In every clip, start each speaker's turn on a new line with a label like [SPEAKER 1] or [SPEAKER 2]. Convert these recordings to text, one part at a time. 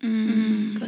[SPEAKER 1] Contenido, Mm,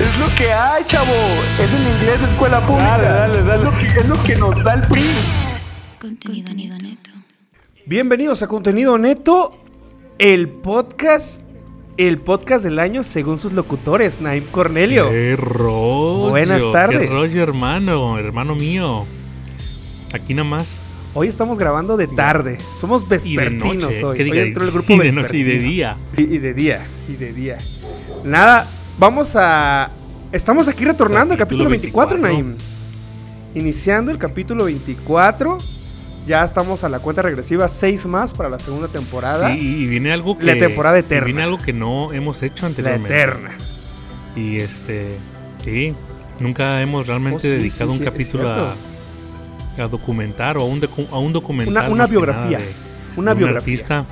[SPEAKER 2] Es lo que hay, chavo. Es en inglés escuela pública.
[SPEAKER 3] dale, dale.
[SPEAKER 2] Es lo que, es lo que nos da el PRI.
[SPEAKER 1] Contenido, neto.
[SPEAKER 4] Bienvenidos a Contenido Neto, el podcast, el podcast del año según sus locutores, Naim Cornelio.
[SPEAKER 5] ¡Qué rollo!
[SPEAKER 4] Buenas tardes.
[SPEAKER 5] ¡Qué rollo, hermano! Hermano mío. Aquí nada más.
[SPEAKER 4] Hoy estamos grabando de tarde, somos
[SPEAKER 5] Y de
[SPEAKER 4] vespertinos
[SPEAKER 5] noche. ¿eh?
[SPEAKER 4] hoy.
[SPEAKER 5] ¿Qué
[SPEAKER 4] hoy
[SPEAKER 5] diga?
[SPEAKER 4] entró el grupo
[SPEAKER 5] y de noche y de
[SPEAKER 4] vespertino.
[SPEAKER 5] día.
[SPEAKER 4] Y, y de día, y de día. Nada, vamos a... Estamos aquí retornando al capítulo
[SPEAKER 5] Capítulo
[SPEAKER 4] 24,
[SPEAKER 5] 24.
[SPEAKER 4] Naim. Iniciando el capítulo 24, ya estamos a la cuenta regresiva 6 más para la segunda temporada.
[SPEAKER 5] Sí, y viene algo que.
[SPEAKER 4] La temporada eterna.
[SPEAKER 5] y Viene algo que no hemos hecho
[SPEAKER 4] la
[SPEAKER 5] anteriormente.
[SPEAKER 4] eterna.
[SPEAKER 5] Y este. Sí. Nunca hemos realmente
[SPEAKER 4] Oh, sí,
[SPEAKER 5] dedicado
[SPEAKER 4] sí,
[SPEAKER 5] un
[SPEAKER 4] sí, es
[SPEAKER 5] capítulo a, a documentar o a un, docu- a un documental.
[SPEAKER 4] Una, una
[SPEAKER 5] más que
[SPEAKER 4] biografía.
[SPEAKER 5] nada de- de
[SPEAKER 4] Una
[SPEAKER 5] un
[SPEAKER 4] biografía.
[SPEAKER 5] artista.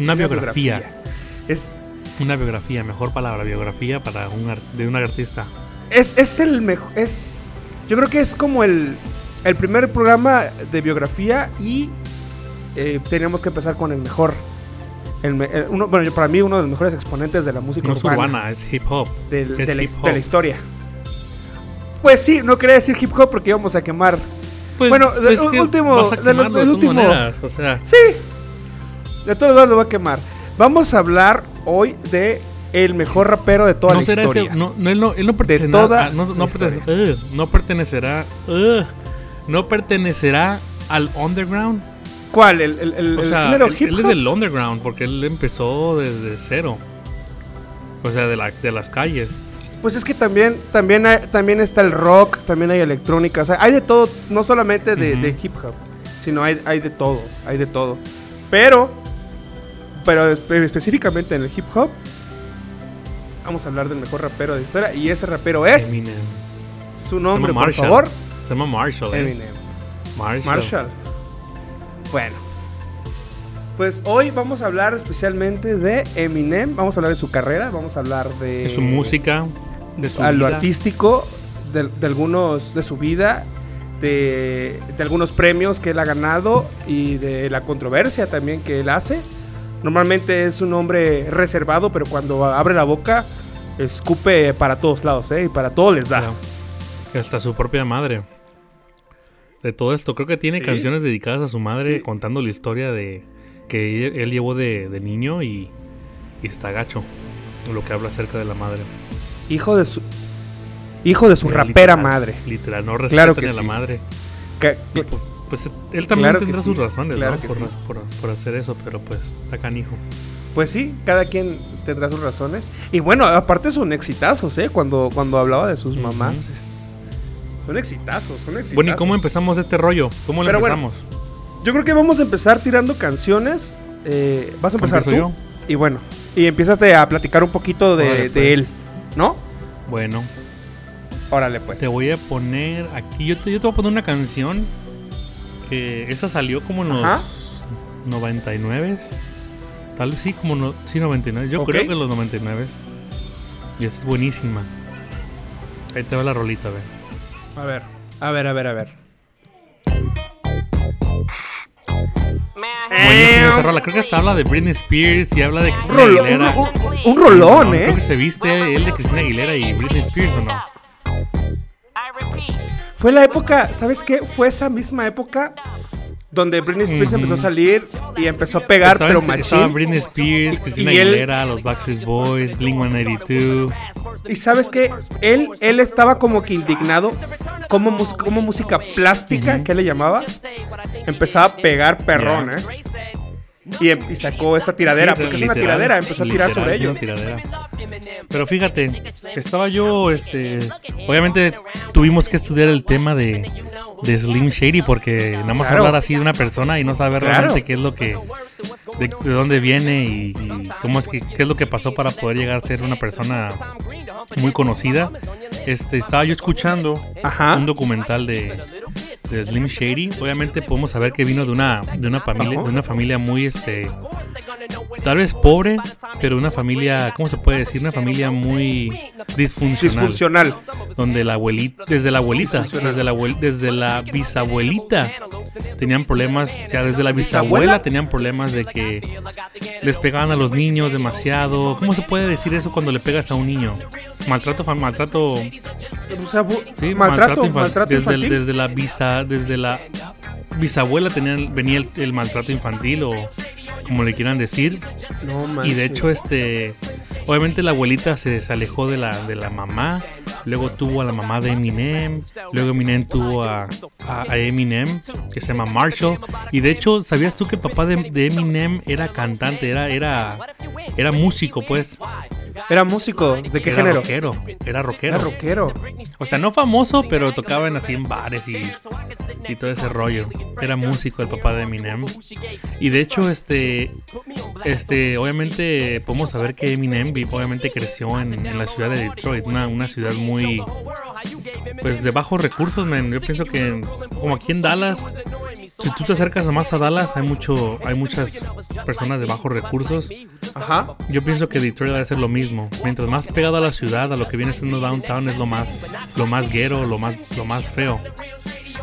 [SPEAKER 5] Una, biografía.
[SPEAKER 4] Es,
[SPEAKER 5] Una biografía, mejor palabra, biografía para un ar- de un artista.
[SPEAKER 4] es, es el mejor. Es, yo creo que es como el, el primer programa de biografía y eh, teníamos que empezar con el mejor. el me- el- uno- bueno, yo- para mí uno de los mejores exponentes de la música
[SPEAKER 5] No es
[SPEAKER 4] urbana,
[SPEAKER 5] urbana, es hip hop.
[SPEAKER 4] del-
[SPEAKER 5] es
[SPEAKER 4] de, la,
[SPEAKER 5] hip
[SPEAKER 4] de
[SPEAKER 5] hop.
[SPEAKER 4] la historia. Pues sí, no quería decir hip hop porque íbamos a quemar.
[SPEAKER 5] Pues,
[SPEAKER 4] Bueno, de-
[SPEAKER 5] pues,
[SPEAKER 4] un-
[SPEAKER 5] ¿qué
[SPEAKER 4] último-
[SPEAKER 5] vas a
[SPEAKER 4] de los-
[SPEAKER 5] quemarlo
[SPEAKER 4] el
[SPEAKER 5] todas
[SPEAKER 4] último.
[SPEAKER 5] maneras? o sea,
[SPEAKER 4] Sí, de todos lados lo va a quemar. Vamos a hablar hoy de el mejor rapero de toda
[SPEAKER 5] no
[SPEAKER 4] la
[SPEAKER 5] será
[SPEAKER 4] historia.
[SPEAKER 5] ese, no, no, él no, él no pertenecerá,
[SPEAKER 4] toda
[SPEAKER 5] ah, no, no
[SPEAKER 4] la
[SPEAKER 5] pertene- ugh, no pertenecerá, ugh, no pertenecerá al underground.
[SPEAKER 4] ¿Cuál? ¿El, el, el-
[SPEAKER 5] O
[SPEAKER 4] el
[SPEAKER 5] sea,
[SPEAKER 4] género
[SPEAKER 5] él,
[SPEAKER 4] hip
[SPEAKER 5] él
[SPEAKER 4] hop?
[SPEAKER 5] es del underground porque él empezó desde cero, o sea, de, la, de las calles.
[SPEAKER 4] Pues es que también, también, hay- también está el rock, también hay electrónica, o sea, hay de todo, no solamente de,
[SPEAKER 5] Ujú.
[SPEAKER 4] de hip hop, sino hay, hay de todo, hay de todo. Pero, pero espe- específicamente en el hip hop, vamos a hablar del mejor rapero de la historia y ese rapero es
[SPEAKER 5] Eminem.
[SPEAKER 4] su
[SPEAKER 5] Se llama
[SPEAKER 4] nombre, por
[SPEAKER 5] Marshall.
[SPEAKER 4] favor,
[SPEAKER 5] Se llama Marshall. eh.
[SPEAKER 4] Eminem.
[SPEAKER 5] Marshall.
[SPEAKER 4] Marshall. Bueno, pues hoy vamos a hablar especialmente de Eminem, vamos a hablar de su carrera, vamos a hablar de
[SPEAKER 5] De su música, de su
[SPEAKER 4] Eh, a lo
[SPEAKER 5] vida.
[SPEAKER 4] artístico de, de algunos de su vida de, de algunos premios que él ha ganado y de la controversia también que él hace normalmente es un hombre reservado pero cuando abre la boca escupe para todos lados ¿eh? y para todos les da
[SPEAKER 5] Claro. Y Hasta su propia madre. De todo esto, creo que tiene
[SPEAKER 4] Sí.
[SPEAKER 5] canciones dedicadas a su madre
[SPEAKER 4] Sí.
[SPEAKER 5] contando la historia de que él, él llevó de, de niño y, y está gacho. Lo que habla acerca de la madre.
[SPEAKER 4] hijo de su hijo de su
[SPEAKER 5] Eh,
[SPEAKER 4] rapera
[SPEAKER 5] literal,
[SPEAKER 4] madre
[SPEAKER 5] Literal, no
[SPEAKER 4] Claro
[SPEAKER 5] respetan
[SPEAKER 4] que
[SPEAKER 5] a la
[SPEAKER 4] sí.
[SPEAKER 5] madre.
[SPEAKER 4] Ca-
[SPEAKER 5] Y, pu- Pues él también
[SPEAKER 4] Claro que
[SPEAKER 5] tendrá
[SPEAKER 4] sí,
[SPEAKER 5] sus razones,
[SPEAKER 4] claro
[SPEAKER 5] ¿no?
[SPEAKER 4] que
[SPEAKER 5] Por,
[SPEAKER 4] sí.
[SPEAKER 5] por- por hacer eso, pero pues está canijo.
[SPEAKER 4] Pues sí, cada quien tendrá sus razones. Y bueno, aparte son exitazos, ¿eh? Cuando, cuando hablaba de sus
[SPEAKER 5] Ujú.
[SPEAKER 4] mamás. es- Son exitazos, son exitazos.
[SPEAKER 5] bueno, ¿y cómo empezamos este rollo? ¿Cómo lo
[SPEAKER 4] Pero bueno,
[SPEAKER 5] empezamos?
[SPEAKER 4] Yo creo que vamos a empezar tirando canciones. eh, vas a empezar tú.
[SPEAKER 5] ¿Empiezo
[SPEAKER 4] Y bueno, y empiezate a platicar un poquito de,
[SPEAKER 5] Órale,
[SPEAKER 4] de
[SPEAKER 5] pues.
[SPEAKER 4] él, ¿no?
[SPEAKER 5] Bueno,
[SPEAKER 4] Órale, pues.
[SPEAKER 5] Te voy a poner aquí, yo te, yo te voy a poner una canción que esa salió como en los
[SPEAKER 4] Ajá.
[SPEAKER 5] 99. Tal vez sí, como no, sí 99. Yo
[SPEAKER 4] Ok.
[SPEAKER 5] creo que en los 99. Y esta es buenísima. Ahí te va la rolita, ve.
[SPEAKER 4] A ver, a ver, a ver, a ver.
[SPEAKER 5] Buenísima esa rola. Creo que hasta habla de Britney Spears y habla de Cristina
[SPEAKER 4] Rolón, un,
[SPEAKER 5] Aguilera.
[SPEAKER 4] un- un rolón,
[SPEAKER 5] No, Creo que
[SPEAKER 4] ¿eh?
[SPEAKER 5] se viste él de Cristina Aguilera y Britney Spears, ¿o no?
[SPEAKER 4] Fue la época, ¿sabes qué? Fue esa misma época donde Britney Spears
[SPEAKER 5] Ujú.
[SPEAKER 4] empezó a salir y empezó a pegar,
[SPEAKER 5] Estaba-
[SPEAKER 4] pero
[SPEAKER 5] estaba
[SPEAKER 4] machín.
[SPEAKER 5] Britney Spears, Cristina
[SPEAKER 4] Y él-
[SPEAKER 5] Aguilera, los Backstreet Boys, Blink-182.
[SPEAKER 4] Y sabes que él, él estaba como que indignado, como, mus- como música plástica,
[SPEAKER 5] Ujú.
[SPEAKER 4] que le llamaba, empezaba a pegar perrón, ¿eh? Y, em- y sacó esta tiradera,
[SPEAKER 5] Sí,
[SPEAKER 4] porque es una
[SPEAKER 5] literal,
[SPEAKER 4] tiradera, empezó a tirar
[SPEAKER 5] literal,
[SPEAKER 4] sobre
[SPEAKER 5] es una
[SPEAKER 4] ellos.
[SPEAKER 5] tiradera. Pero fíjate, estaba yo, este, obviamente tuvimos que estudiar el tema de, de Slim Shady porque nada más
[SPEAKER 4] Claro.
[SPEAKER 5] hablar así de una persona y no saber
[SPEAKER 4] Claro.
[SPEAKER 5] realmente qué es lo que de, de dónde viene y, y cómo es que qué es lo que pasó para poder llegar a ser una persona muy conocida. Este estaba yo escuchando
[SPEAKER 4] Ajá.
[SPEAKER 5] un documental de, de Slim Shady. Obviamente podemos saber que vino de una de una familia
[SPEAKER 4] Ajá.
[SPEAKER 5] de una familia muy este tal vez pobre, pero una familia, ¿cómo se puede decir? Una familia muy disfuncional
[SPEAKER 4] Disfuncional.
[SPEAKER 5] donde la abuelita, desde la abuelita,
[SPEAKER 4] Disfuncional.
[SPEAKER 5] desde la, abue- desde la bisabuelita tenían problemas, o sea, desde la bisabuela
[SPEAKER 4] ¿Bisabuela?
[SPEAKER 5] tenían problemas de que les pegaban a los niños demasiado. ¿Cómo se puede decir eso cuando le pegas a un niño? Maltrato, fa- maltrato,
[SPEAKER 4] O sea, fu-
[SPEAKER 5] sí,
[SPEAKER 4] maltrato, maltrato,
[SPEAKER 5] infan- desde, el-
[SPEAKER 4] infantil.
[SPEAKER 5] desde la bisa, desde la bisabuela tenían, venía el, el maltrato infantil o como le quieran decir.
[SPEAKER 4] No
[SPEAKER 5] Y
[SPEAKER 4] manches.
[SPEAKER 5] de hecho, este, obviamente la abuelita se, se alejó de la, de la mamá, luego tuvo a la mamá de Eminem, luego Eminem tuvo a, a- a Eminem, que se llama Marshall. Y de hecho, ¿sabías tú que el papá de, de Eminem era cantante, era, era, era músico, pues?
[SPEAKER 4] Era músico. ¿De qué
[SPEAKER 5] era
[SPEAKER 4] género?
[SPEAKER 5] Rockero, era rockero.
[SPEAKER 4] Era rockero.
[SPEAKER 5] O sea, no famoso, pero tocaban así en bares y, y todo ese rollo. Era músico el papá de Eminem. Y de hecho, este, este, obviamente podemos saber que Eminem vi- obviamente creció en, en la ciudad de Detroit, una, una ciudad muy, pues de bajos recursos, man. Yo pienso que en- como aquí en Dallas, si tú te acercas más a Dallas, hay mucho, hay muchas personas de bajos recursos.
[SPEAKER 4] Ajá.
[SPEAKER 5] Yo pienso que Detroit debe ser lo mismo. Mientras más pegado a la ciudad, a lo que viene siendo downtown, es lo más, lo más guero, lo más, lo más feo.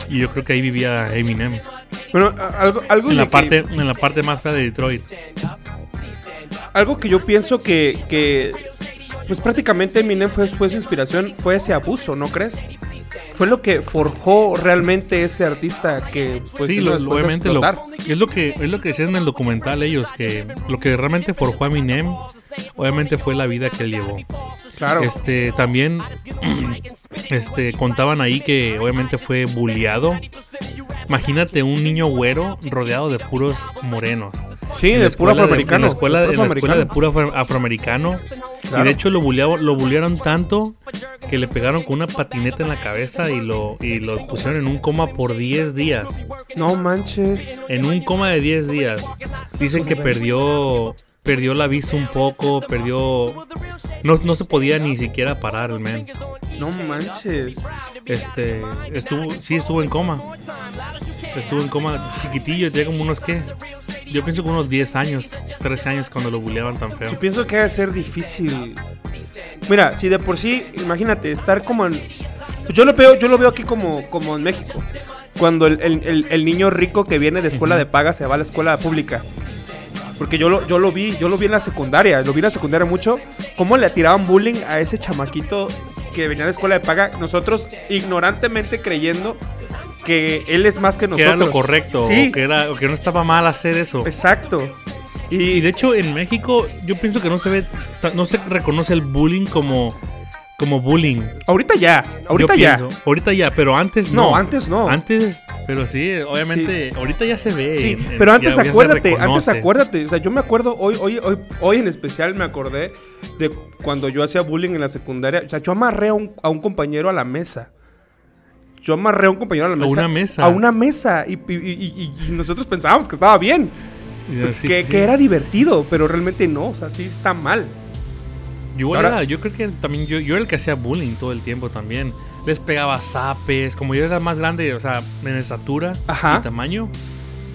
[SPEAKER 5] Y yo creo que ahí vivía Eminem.
[SPEAKER 4] Bueno, a- algo, algo
[SPEAKER 5] En
[SPEAKER 4] de
[SPEAKER 5] la
[SPEAKER 4] que-
[SPEAKER 5] parte, en la parte más fea de Detroit.
[SPEAKER 4] algo que yo pienso que, que pues prácticamente Eminem fue, fue su inspiración, fue ese abuso, ¿no crees? Fue lo que forjó realmente ese artista que pues
[SPEAKER 5] sí,
[SPEAKER 4] vino
[SPEAKER 5] lo-
[SPEAKER 4] después a
[SPEAKER 5] obviamente lo,
[SPEAKER 4] explotar.
[SPEAKER 5] es lo que es lo que decían en el documental ellos que lo que realmente forjó a Eminem obviamente fue la vida que él llevó.
[SPEAKER 4] Claro.
[SPEAKER 5] Este también este contaban ahí que obviamente fue bulleado. Imagínate un niño güero rodeado de puros morenos.
[SPEAKER 4] sí,
[SPEAKER 5] en la
[SPEAKER 4] de
[SPEAKER 5] escuela
[SPEAKER 4] puro
[SPEAKER 5] de- en
[SPEAKER 4] afroamericano.
[SPEAKER 5] la escuela,
[SPEAKER 4] de
[SPEAKER 5] en
[SPEAKER 4] puro
[SPEAKER 5] la escuela de
[SPEAKER 4] afroamericano.
[SPEAKER 5] puro afro- afroamericano.
[SPEAKER 4] Claro.
[SPEAKER 5] Y de hecho lo bullearon, lo bullearon tanto que le pegaron con una patineta en la cabeza y lo, y lo pusieron en un coma por 10 días.
[SPEAKER 4] No manches.
[SPEAKER 5] En un coma de 10 días. Dicen que perdió perdió la vista un poco, perdió... No, no se podía ni siquiera parar el men.
[SPEAKER 4] No manches.
[SPEAKER 5] Este, estuvo, sí, estuvo en coma. Estuvo en coma chiquitillo, tenía como unos, ¿qué? Yo pienso que unos 10 años, 13 años cuando lo bulleaban tan feo.
[SPEAKER 4] Yo pienso que debe ser difícil. Mira, si de por sí, imagínate, estar como en. Yo lo veo, yo lo veo aquí como, como en México. Cuando el, el- el- el niño rico que viene de escuela de paga se va a la escuela pública. Porque yo lo, yo lo vi, yo lo vi en la secundaria, lo vi en la secundaria mucho, cómo le tiraban bullying a ese chamaquito que venía de escuela de paga, nosotros ignorantemente creyendo que él es más que
[SPEAKER 5] que
[SPEAKER 4] nosotros.
[SPEAKER 5] era lo correcto
[SPEAKER 4] Sí, Pues
[SPEAKER 5] o, que era, o que no estaba mal hacer eso.
[SPEAKER 4] exacto.
[SPEAKER 5] Y de hecho en México yo pienso que no se ve, ta- no se reconoce el bullying como, como bullying.
[SPEAKER 4] Ahorita ya, ahorita
[SPEAKER 5] yo
[SPEAKER 4] ya.
[SPEAKER 5] pienso. ahorita ya, pero antes no.
[SPEAKER 4] No, antes no.
[SPEAKER 5] Antes, pero sí, obviamente, ahorita ya se ve.
[SPEAKER 4] Sí,
[SPEAKER 5] en- en-
[SPEAKER 4] pero
[SPEAKER 5] ya-
[SPEAKER 4] antes
[SPEAKER 5] ya se
[SPEAKER 4] acuérdate, antes
[SPEAKER 5] reconoce.
[SPEAKER 4] acuérdate. O sea, yo me acuerdo hoy, hoy, hoy, hoy en especial me acordé de cuando yo hacía bullying en la secundaria. O sea, yo amarré a un, a un compañero a la mesa. Yo amarré a un compañero a la
[SPEAKER 5] A
[SPEAKER 4] mesa.
[SPEAKER 5] una mesa.
[SPEAKER 4] A una mesa. Y, y- y- y- y nosotros pensábamos que estaba bien.
[SPEAKER 5] Ya, sí, sí,
[SPEAKER 4] que,
[SPEAKER 5] sí.
[SPEAKER 4] que era divertido, pero realmente no. O sea, sí está mal.
[SPEAKER 5] Yo,
[SPEAKER 4] Ahora-
[SPEAKER 5] era- yo creo que también yo, yo era el que hacía bullying todo el tiempo también. Les pegaba zapes, como yo era más grande, o sea, en estatura
[SPEAKER 4] Ajá.
[SPEAKER 5] y tamaño,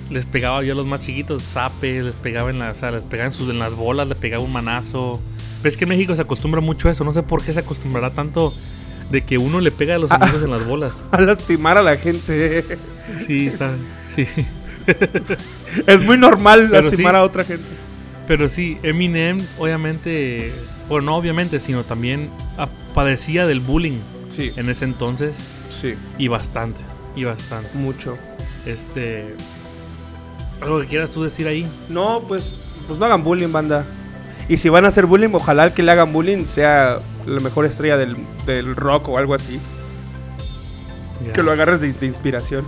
[SPEAKER 5] les pegaba yo a los más chiquitos zapes, les pegaba en las, o sea, les pegaba en, sus, en las bolas, les pegaba un manazo. Ves que en México se acostumbra mucho a eso, no sé por qué se acostumbrará tanto de que uno le pega a
[SPEAKER 4] Ah.
[SPEAKER 5] los amigos en las bolas.
[SPEAKER 4] A lastimar a la gente.
[SPEAKER 5] Sí, está, sí.
[SPEAKER 4] es muy normal
[SPEAKER 5] Pero
[SPEAKER 4] lastimar
[SPEAKER 5] sí.
[SPEAKER 4] a otra gente.
[SPEAKER 5] Pero sí, Eminem obviamente, o no obviamente, sino también ah, padecía del bullying
[SPEAKER 4] Sí,
[SPEAKER 5] en ese entonces.
[SPEAKER 4] sí.
[SPEAKER 5] Y bastante, y bastante.
[SPEAKER 4] Mucho.
[SPEAKER 5] Este. ¿Algo que quieras tú decir ahí?
[SPEAKER 4] No, pues, pues no hagan bullying, banda. Y si van a hacer bullying, ojalá el que le hagan bullying sea la mejor estrella del, del rock o algo así.
[SPEAKER 5] Ya.
[SPEAKER 4] Que lo agarres de, de inspiración.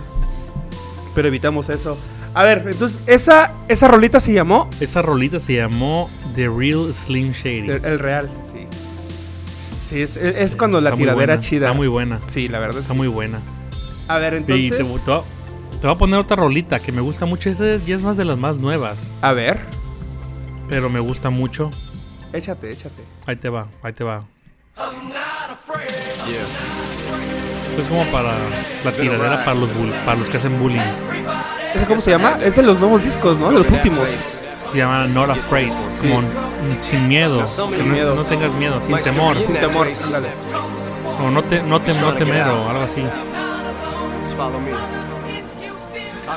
[SPEAKER 4] Pero evitamos eso. A ver, entonces, esa, esa rolita se llamó
[SPEAKER 5] Esa rolita se llamó The Real Slim Shady.
[SPEAKER 4] El, el Real, sí. Sí, es, es- es cuando la
[SPEAKER 5] Está muy
[SPEAKER 4] tiradera
[SPEAKER 5] buena,
[SPEAKER 4] chida.
[SPEAKER 5] Está muy buena.
[SPEAKER 4] sí, la verdad.
[SPEAKER 5] Está
[SPEAKER 4] sí.
[SPEAKER 5] muy buena.
[SPEAKER 4] A ver,
[SPEAKER 5] Y te,
[SPEAKER 4] entonces.
[SPEAKER 5] te voy a- te voy a poner otra rolita que me gusta mucho. Esa es- ya es más de las más nuevas.
[SPEAKER 4] A ver.
[SPEAKER 5] pero me gusta mucho.
[SPEAKER 4] Échate, échate.
[SPEAKER 5] Ahí te va, ahí te va. Esto es como para la tiradera para los, bull- para los que hacen bullying.
[SPEAKER 4] ¿Ese cómo se llama? Es de los nuevos discos, ¿no? De los últimos.
[SPEAKER 5] Se llama Not Afraid, como n- sin miedo. que no,
[SPEAKER 4] miedo.
[SPEAKER 5] no tengas miedo, sin temor.
[SPEAKER 4] Sin temor. ándale.
[SPEAKER 5] O no, te, no, te, no temero, algo así.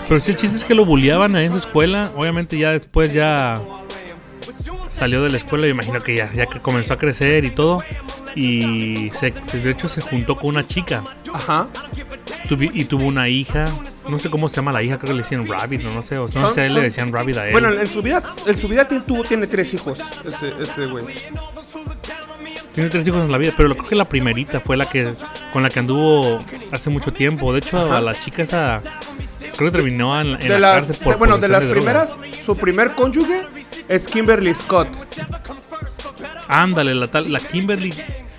[SPEAKER 5] Pero sí, el chiste es que lo bulleaban ahí en su escuela. Obviamente ya después ya salió de la escuela, yo imagino que ya, ya que comenzó a crecer y todo. Y se, se- de hecho se juntó con una chica
[SPEAKER 4] Ajá.
[SPEAKER 5] Tuvi- y tuvo una hija. No sé cómo se llama la hija, creo que le decían Rabbit, no, no sé. O sea, no
[SPEAKER 4] Son-
[SPEAKER 5] sé, a él
[SPEAKER 4] son-
[SPEAKER 5] le decían Rabbit a él.
[SPEAKER 4] Bueno, en su vida, en su vida tiene, tuvo, tiene tres hijos. Ese, ese güey.
[SPEAKER 5] Tiene tres hijos en la vida, pero creo que la primerita fue la que con la que anduvo hace mucho tiempo. De hecho, a la chica esa creo que terminó en, en
[SPEAKER 4] De
[SPEAKER 5] la
[SPEAKER 4] las,
[SPEAKER 5] cárcel por
[SPEAKER 4] de- bueno, de
[SPEAKER 5] posesión
[SPEAKER 4] las
[SPEAKER 5] droga.
[SPEAKER 4] primeras, su primer cónyuge es Kimberly Scott.
[SPEAKER 5] Ándale, la tal, la Kimberly.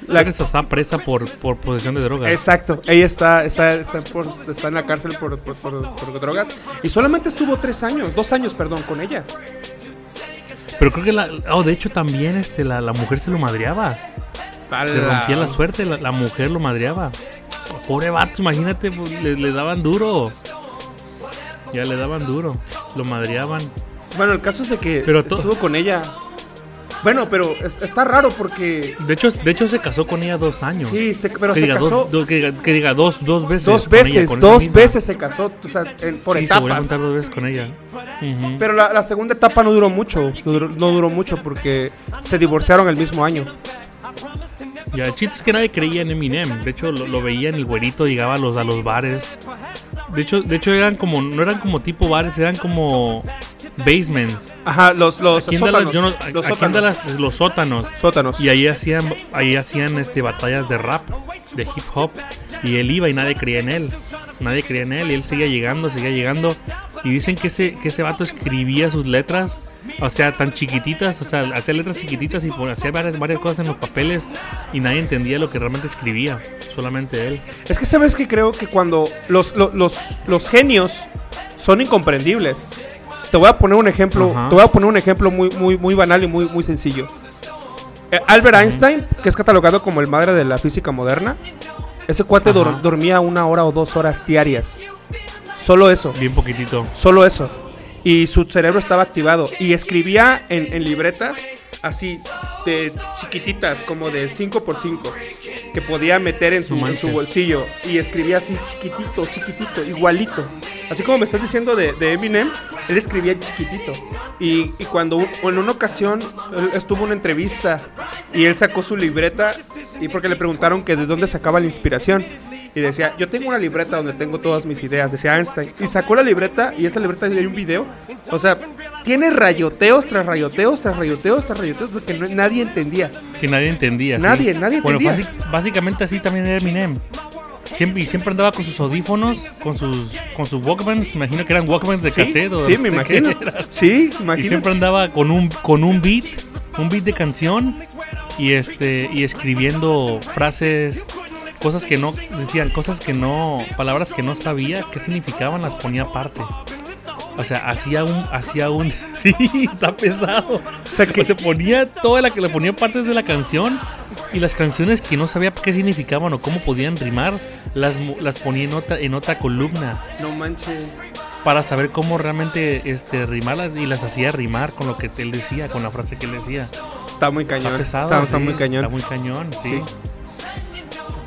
[SPEAKER 5] La
[SPEAKER 4] La-
[SPEAKER 5] que está presa por, por posesión de drogas.
[SPEAKER 4] Exacto, ella está, está, está, por- está en la cárcel por, por- por- por drogas y solamente estuvo tres años, dos años, perdón, con ella.
[SPEAKER 5] Pero creo que la. Oh, de hecho, también este, la, la mujer se lo madreaba. Le rompía la suerte, la, la mujer lo madreaba. Pobre vato, imagínate, pues, le, le daban duro. Ya le daban duro. Lo madreaban.
[SPEAKER 4] Bueno, el caso es de que
[SPEAKER 5] Pero to-
[SPEAKER 4] estuvo con ella. Bueno, pero es- está raro porque
[SPEAKER 5] De hecho, de hecho se casó con ella dos años.
[SPEAKER 4] sí, se- pero
[SPEAKER 5] que
[SPEAKER 4] se
[SPEAKER 5] diga,
[SPEAKER 4] casó
[SPEAKER 5] dos, dos- que, diga, que diga dos, dos veces.
[SPEAKER 4] dos
[SPEAKER 5] con ella,
[SPEAKER 4] veces,
[SPEAKER 5] con esa
[SPEAKER 4] dos
[SPEAKER 5] misma.
[SPEAKER 4] veces se casó, o sea, en- por
[SPEAKER 5] Sí, se volvió a
[SPEAKER 4] etapas.
[SPEAKER 5] juntar dos veces con ella. Ujú.
[SPEAKER 4] Pero la, la segunda etapa no duró mucho, no duró, no duró mucho porque se divorciaron el mismo año.
[SPEAKER 5] Ya, el chiste es que nadie creía en Eminem. De hecho, lo, lo veía en el güerito, llegaba a los, a los bares. De hecho, de hecho, eran como, no eran como tipo bares, eran como basements.
[SPEAKER 4] Ajá, los, los
[SPEAKER 5] Aquí en
[SPEAKER 4] sótanos.
[SPEAKER 5] Dallas, yo no-
[SPEAKER 4] los
[SPEAKER 5] aquí en
[SPEAKER 4] sótanos.
[SPEAKER 5] Dallas, los sótanos.
[SPEAKER 4] Sótanos.
[SPEAKER 5] Y ahí hacían, ahí hacían este, batallas de rap, de hip hop. Y él iba y nadie creía en él. Nadie creía en él. Y él seguía llegando, seguía llegando. Y dicen que ese, que ese vato escribía sus letras. O sea, tan chiquititas. O sea, hacía letras chiquititas y por- hacía varias, varias cosas en los papeles. Y nadie entendía lo que realmente escribía. Solamente él.
[SPEAKER 4] Es que sabes que creo que cuando los, lo- los, los genios son incomprendibles. Te voy a poner un ejemplo,
[SPEAKER 5] Ajá.
[SPEAKER 4] te voy a poner un ejemplo muy, muy, muy banal y muy, muy sencillo. Eh, Albert Einstein, que es catalogado como el madre de la física moderna, ese cuate dor-
[SPEAKER 5] Ajá.
[SPEAKER 4] dormía una hora o dos horas diarias. Solo eso,
[SPEAKER 5] Bien poquitito.
[SPEAKER 4] solo eso. Y su cerebro estaba activado. Y escribía en, en libretas así, de chiquititas, como de 5x5, que podía meter en su,
[SPEAKER 5] No
[SPEAKER 4] en su
[SPEAKER 5] manches.
[SPEAKER 4] bolsillo. Y escribía así, chiquitito, chiquitito, igualito. Así como me estás diciendo de, de Eminem, él escribía chiquitito. Y, y cuando un- en una ocasión él estuvo en una entrevista y él sacó su libreta, y porque le preguntaron que de dónde sacaba la inspiración. Y decía, yo tengo una libreta donde tengo todas mis ideas, decía Einstein. Y sacó la libreta y esa libreta de un video. O sea, tiene rayoteos tras rayoteos tras rayoteos tras rayoteos porque no- nadie entendía.
[SPEAKER 5] Que nadie entendía. ¿sí?
[SPEAKER 4] Nadie, nadie
[SPEAKER 5] Bueno,
[SPEAKER 4] entendía.
[SPEAKER 5] basi- básicamente así también era Eminem. Siempre, y siempre andaba con sus audífonos, con sus, con sus Walkmans. Me imagino que eran Walkmans de cassette. o
[SPEAKER 4] sí,
[SPEAKER 5] no
[SPEAKER 4] me
[SPEAKER 5] sé
[SPEAKER 4] imagino.
[SPEAKER 5] qué era.
[SPEAKER 4] Sí,
[SPEAKER 5] Y
[SPEAKER 4] imagino.
[SPEAKER 5] siempre andaba con un, con un beat, un beat de canción. Y, este, y escribiendo frases, cosas que no decían, cosas que no, palabras que no sabía qué significaban, las ponía aparte. O sea, hacía un, hacía un, sí, está pesado.
[SPEAKER 4] O sea, que-
[SPEAKER 5] Que se ponía toda la que le ponía partes de la canción y las canciones que no sabía qué significaban o cómo podían rimar, las, mu- las ponía en otra, en otra columna
[SPEAKER 4] No manches.
[SPEAKER 5] para saber cómo realmente este, rimarlas y las hacía rimar con lo que él decía, con la frase que él decía.
[SPEAKER 4] Está muy cañón.
[SPEAKER 5] Está
[SPEAKER 4] Está,
[SPEAKER 5] pesado.
[SPEAKER 4] está
[SPEAKER 5] sí,
[SPEAKER 4] muy cañón.
[SPEAKER 5] Está muy cañón, sí.
[SPEAKER 4] Sí.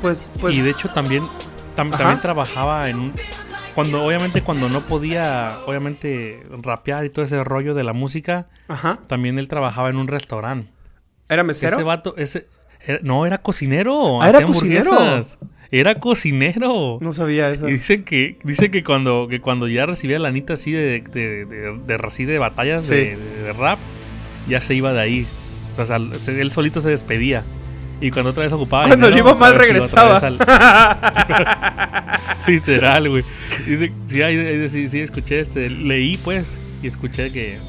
[SPEAKER 4] Pues, pues.
[SPEAKER 5] y de hecho también, tam-
[SPEAKER 4] Ajá.
[SPEAKER 5] también trabajaba en un... Cuando, obviamente, cuando no podía, obviamente, rapear y todo ese rollo de la música,
[SPEAKER 4] Ajá.
[SPEAKER 5] también él trabajaba en un restaurante.
[SPEAKER 4] ¿Era mesero?
[SPEAKER 5] Ese vato, ese. era- no, era cocinero.
[SPEAKER 4] Ah, era
[SPEAKER 5] hacía
[SPEAKER 4] cocinero.
[SPEAKER 5] hamburguesas. Era cocinero.
[SPEAKER 4] No sabía eso.
[SPEAKER 5] Y dicen que, dicen que cuando, que cuando ya recibía la anita así de, de, de- de- así de batallas
[SPEAKER 4] Sí.
[SPEAKER 5] de, de- de rap, ya se iba de ahí. O sea, se- él solito se despedía. Y cuando otra vez ocupaba.
[SPEAKER 4] Cuando le
[SPEAKER 5] dinero,
[SPEAKER 4] iba mal
[SPEAKER 5] otra vez iba otra
[SPEAKER 4] regresaba.
[SPEAKER 5] vez al- Literal, güey. Dice, sí, ahí- ahí sí, sí, escuché, este, leí pues, y escuché que.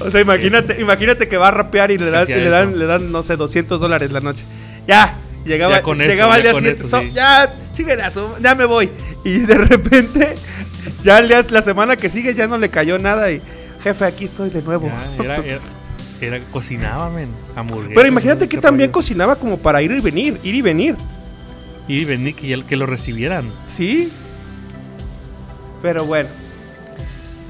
[SPEAKER 4] O sea, imagínate, imagínate que va a rapear y le, dan-
[SPEAKER 5] Eh, Hacía
[SPEAKER 4] y le dan,
[SPEAKER 5] eso.
[SPEAKER 4] le dan, no sé, 200 dólares la noche. Ya, llegaba,
[SPEAKER 5] Ya con eso,
[SPEAKER 4] llegaba
[SPEAKER 5] ya
[SPEAKER 4] al día
[SPEAKER 5] con
[SPEAKER 4] siguiente.
[SPEAKER 5] eso,
[SPEAKER 4] so-
[SPEAKER 5] sí.
[SPEAKER 4] Ya, chinguen a su- ya me voy. Y de repente, ya al día- la semana que sigue ya no le cayó nada y, jefe, aquí estoy de nuevo.
[SPEAKER 5] ya, era- era- era, cocinaba, men, hamburguesas.
[SPEAKER 4] Pero imagínate
[SPEAKER 5] men,
[SPEAKER 4] que
[SPEAKER 5] qué
[SPEAKER 4] también
[SPEAKER 5] rollo.
[SPEAKER 4] cocinaba como para ir y venir, ir y venir.
[SPEAKER 5] Y venir que, ya- que lo recibieran.
[SPEAKER 4] Sí. Pero bueno.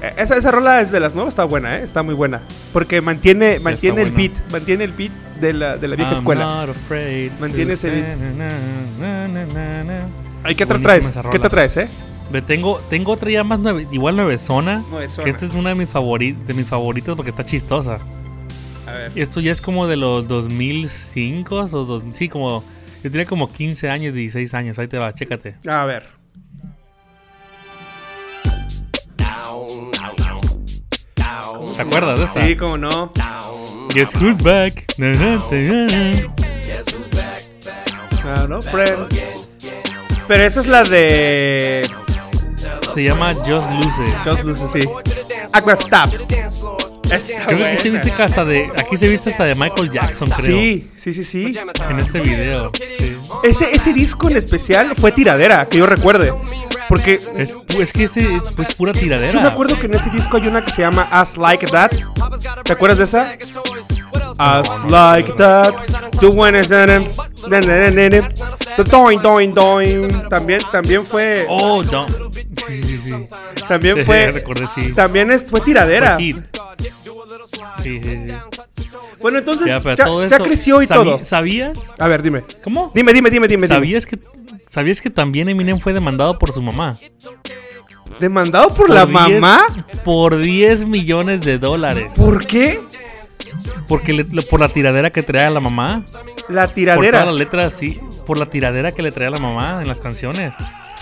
[SPEAKER 4] Eh, Esa, esa rola es de las nuevas, está buena, ¿eh? está muy buena. Porque mantiene, mantiene el
[SPEAKER 5] buena.
[SPEAKER 4] beat, mantiene el beat de la, de la vieja
[SPEAKER 5] I'm
[SPEAKER 4] escuela.
[SPEAKER 5] not afraid to
[SPEAKER 4] Mantienes el-
[SPEAKER 5] say na, na, na, na, na.
[SPEAKER 4] Ay, ¿Qué te
[SPEAKER 5] Buenísima
[SPEAKER 4] traes?
[SPEAKER 5] esa
[SPEAKER 4] ¿Qué
[SPEAKER 5] rola.
[SPEAKER 4] te traes, eh?
[SPEAKER 5] Ve, Tengo, tengo otra ya más nueve, igual nueve zona.
[SPEAKER 4] Nuevezona.
[SPEAKER 5] Que esta es una de mis, favori- de mis favoritas porque está chistosa.
[SPEAKER 4] A ver.
[SPEAKER 5] Esto ya es como de los 2005 o dos, sí, como yo tenía como 15 años, 16 años, ahí te va, chécate.
[SPEAKER 4] A ver.
[SPEAKER 5] ¿Te acuerdas de esta?
[SPEAKER 4] Sí, cómo no.
[SPEAKER 5] Guess who's back. Na, na, na, na.
[SPEAKER 4] Ah, no, friend. Pero esa es la de
[SPEAKER 5] Se llama Just Luce.
[SPEAKER 4] Just Lucy, sí. Aqua Stop. Está
[SPEAKER 5] Creo que aquí se
[SPEAKER 4] buena.
[SPEAKER 5] viste hasta de aquí se viste hasta de Michael Jackson, creo.
[SPEAKER 4] Sí, sí, sí, sí.
[SPEAKER 5] En este video. Sí.
[SPEAKER 4] Ese, ese disco en especial fue tiradera, que yo recuerde. Porque
[SPEAKER 5] Es, es que este es pues, pura tiradera.
[SPEAKER 4] yo me acuerdo que en ese disco hay una que se llama As Like That. ¿Te acuerdas de esa?
[SPEAKER 5] Ah,
[SPEAKER 4] As Like That. Do wanna- na- na- na- na- na- na- na- doing, doing, doing. También, también fue.
[SPEAKER 5] Oh, no. Sí, sí, sí.
[SPEAKER 4] También fue.
[SPEAKER 5] Recordé, sí.
[SPEAKER 4] También es- fue tiradera.
[SPEAKER 5] Fue hit. Sí, sí, sí.
[SPEAKER 4] Bueno, entonces
[SPEAKER 5] Ya,
[SPEAKER 4] ya,
[SPEAKER 5] pero todo
[SPEAKER 4] ya
[SPEAKER 5] eso-
[SPEAKER 4] creció y
[SPEAKER 5] sabi-
[SPEAKER 4] todo.
[SPEAKER 5] ¿Sabías?
[SPEAKER 4] A ver, dime.
[SPEAKER 5] ¿Cómo?
[SPEAKER 4] Dime, dime, dime, dime. dime.
[SPEAKER 5] ¿Sabías que, ¿Sabías que también Eminem fue demandado por su mamá?
[SPEAKER 4] ¿Demandado por, la
[SPEAKER 5] 10
[SPEAKER 4] mamá?
[SPEAKER 5] Por 10 millones de dólares.
[SPEAKER 4] ¿Por qué?
[SPEAKER 5] Porque le- lo- por la tiradera que trae a la mamá.
[SPEAKER 4] La
[SPEAKER 5] Por
[SPEAKER 4] tiradera.
[SPEAKER 5] toda la letra, sí. Por la tiradera que le trae a la mamá en las canciones.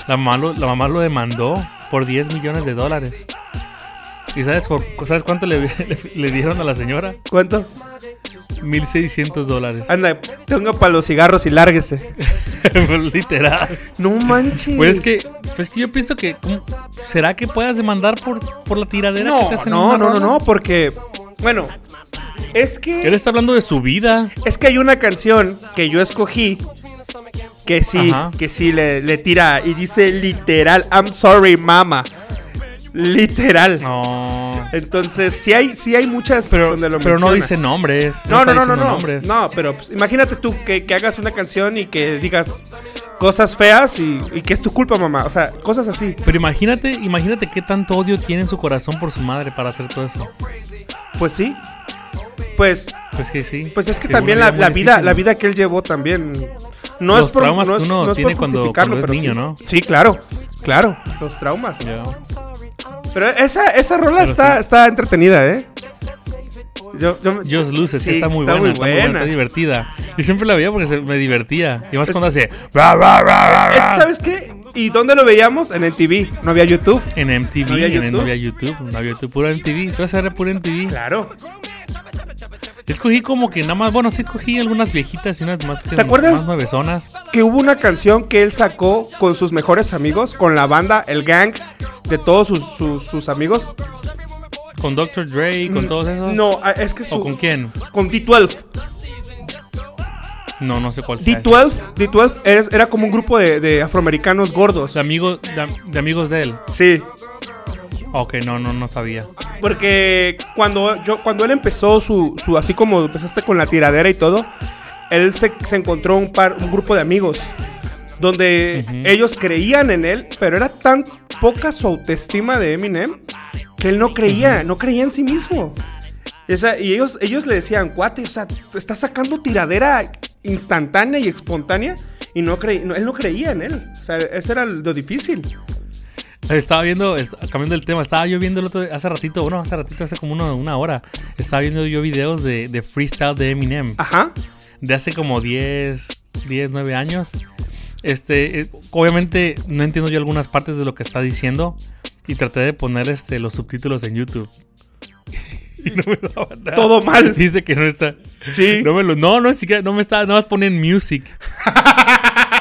[SPEAKER 5] La mamá lo, la mamá lo demandó por 10 millones de dólares. ¿Y sabes, por, sabes cuánto le, le- le dieron a la señora?
[SPEAKER 4] ¿Cuánto?
[SPEAKER 5] 1.600 dólares.
[SPEAKER 4] Anda, tengo para los cigarros y lárguese.
[SPEAKER 5] Literal.
[SPEAKER 4] No manches.
[SPEAKER 5] Pues es que, pues que yo pienso que. ¿cómo- ¿Será que puedas demandar por, por la tiradera que
[SPEAKER 4] No,
[SPEAKER 5] te hacen en
[SPEAKER 4] no,
[SPEAKER 5] una
[SPEAKER 4] no, no,
[SPEAKER 5] rola?
[SPEAKER 4] no, porque. Bueno, es que.
[SPEAKER 5] Él está hablando de su vida.
[SPEAKER 4] Es que hay una canción que yo escogí que sí,
[SPEAKER 5] Ajá.
[SPEAKER 4] que sí le, le tira y dice literal, I'm sorry, mama. Literal.
[SPEAKER 5] No.
[SPEAKER 4] Entonces, sí hay, sí hay muchas
[SPEAKER 5] Pero,
[SPEAKER 4] donde lo
[SPEAKER 5] pero no
[SPEAKER 4] menciona.
[SPEAKER 5] dice nombres.
[SPEAKER 4] No, no,
[SPEAKER 5] está
[SPEAKER 4] no, no,
[SPEAKER 5] diciendo
[SPEAKER 4] no.
[SPEAKER 5] nombres.
[SPEAKER 4] No, pero pues, imagínate tú que, que hagas una canción y que digas cosas feas y, y que es tu culpa, mamá. O sea, cosas así.
[SPEAKER 5] Pero imagínate, imagínate qué tanto odio tiene en su corazón por su madre para hacer todo eso.
[SPEAKER 4] Pues sí. Pues,
[SPEAKER 5] Pues que sí.
[SPEAKER 4] pues es que
[SPEAKER 5] una
[SPEAKER 4] también la,
[SPEAKER 5] muy
[SPEAKER 4] la vida,
[SPEAKER 5] difícil.
[SPEAKER 4] la vida que él llevó también. No
[SPEAKER 5] Los
[SPEAKER 4] es por,
[SPEAKER 5] traumas
[SPEAKER 4] no
[SPEAKER 5] que
[SPEAKER 4] es-
[SPEAKER 5] uno
[SPEAKER 4] no es por
[SPEAKER 5] tiene cuando-
[SPEAKER 4] justificarlo,
[SPEAKER 5] cuando es
[SPEAKER 4] pero
[SPEAKER 5] niño,
[SPEAKER 4] sí. Sí, claro. Claro. Los traumas.
[SPEAKER 5] Ya.
[SPEAKER 4] Pero esa, esa rola
[SPEAKER 5] Pero
[SPEAKER 4] está,
[SPEAKER 5] sí.
[SPEAKER 4] está entretenida, ¿eh? Yo, yo,
[SPEAKER 5] Just Luces,
[SPEAKER 4] Sí,
[SPEAKER 5] está, muy,
[SPEAKER 4] está
[SPEAKER 5] buena,
[SPEAKER 4] muy
[SPEAKER 5] está muy buena,
[SPEAKER 4] buena.
[SPEAKER 5] está divertida. Yo siempre la veía porque se- me divertía. Y más
[SPEAKER 4] Es-
[SPEAKER 5] cuando hace
[SPEAKER 4] Es que, ¿Sabes qué? ¿Y dónde lo veíamos? En el TV. No había YouTube.
[SPEAKER 5] en MTV,
[SPEAKER 4] ¿No había
[SPEAKER 5] en- no
[SPEAKER 4] YouTube?
[SPEAKER 5] había YouTube, no había YouTube, puro MTV. Todo eso era puro MTV.
[SPEAKER 4] Claro.
[SPEAKER 5] Yo escogí como que nada más, bueno, sí escogí algunas viejitas y unas más que
[SPEAKER 4] ¿Te acuerdas?
[SPEAKER 5] más nuevezonas.
[SPEAKER 4] que hubo una canción que él sacó con sus mejores amigos, con la banda, el gang de todos sus, sus, sus amigos.
[SPEAKER 5] Con Dr. Dre, con todos esos.
[SPEAKER 4] No, ah, es que su,
[SPEAKER 5] ¿O con quién?
[SPEAKER 4] Con D12.
[SPEAKER 5] No, no sé cuál sea.
[SPEAKER 4] D12, D12 es- era como un grupo de, de afroamericanos gordos.
[SPEAKER 5] De amigos, de, am- de amigos de él.
[SPEAKER 4] Sí,
[SPEAKER 5] Ok, no, no, no sabía.
[SPEAKER 4] porque cuando yo cuando él empezó su, su así como empezaste con la tiradera y todo, él se, se encontró un par un grupo de amigos donde ellos creían en él, pero era tan poca su autoestima de Eminem que él no creía, no creía en sí mismo. Esa- y ellos, ellos le decían, cuate, o sea, te estás sacando tiradera instantánea y espontánea. Y no creí, no, él no creía en él. O sea, eso era lo difícil.
[SPEAKER 5] Estaba viendo, est- cambiando el tema, estaba yo viendo el otro, hace ratito, bueno, hace ratito, hace como una, una hora, estaba viendo yo videos de, de freestyle de Eminem,
[SPEAKER 4] Ajá.
[SPEAKER 5] de hace como 10, 10, 9 años. Este, eh, obviamente no entiendo yo algunas partes de lo que está diciendo y traté de poner este, los subtítulos en YouTube. Y no me daba nada.
[SPEAKER 4] Todo mal.
[SPEAKER 5] Dice que no está.
[SPEAKER 4] Sí.
[SPEAKER 5] No me lo, no, no, ni siquiera, no me estaba, nada más ponen music.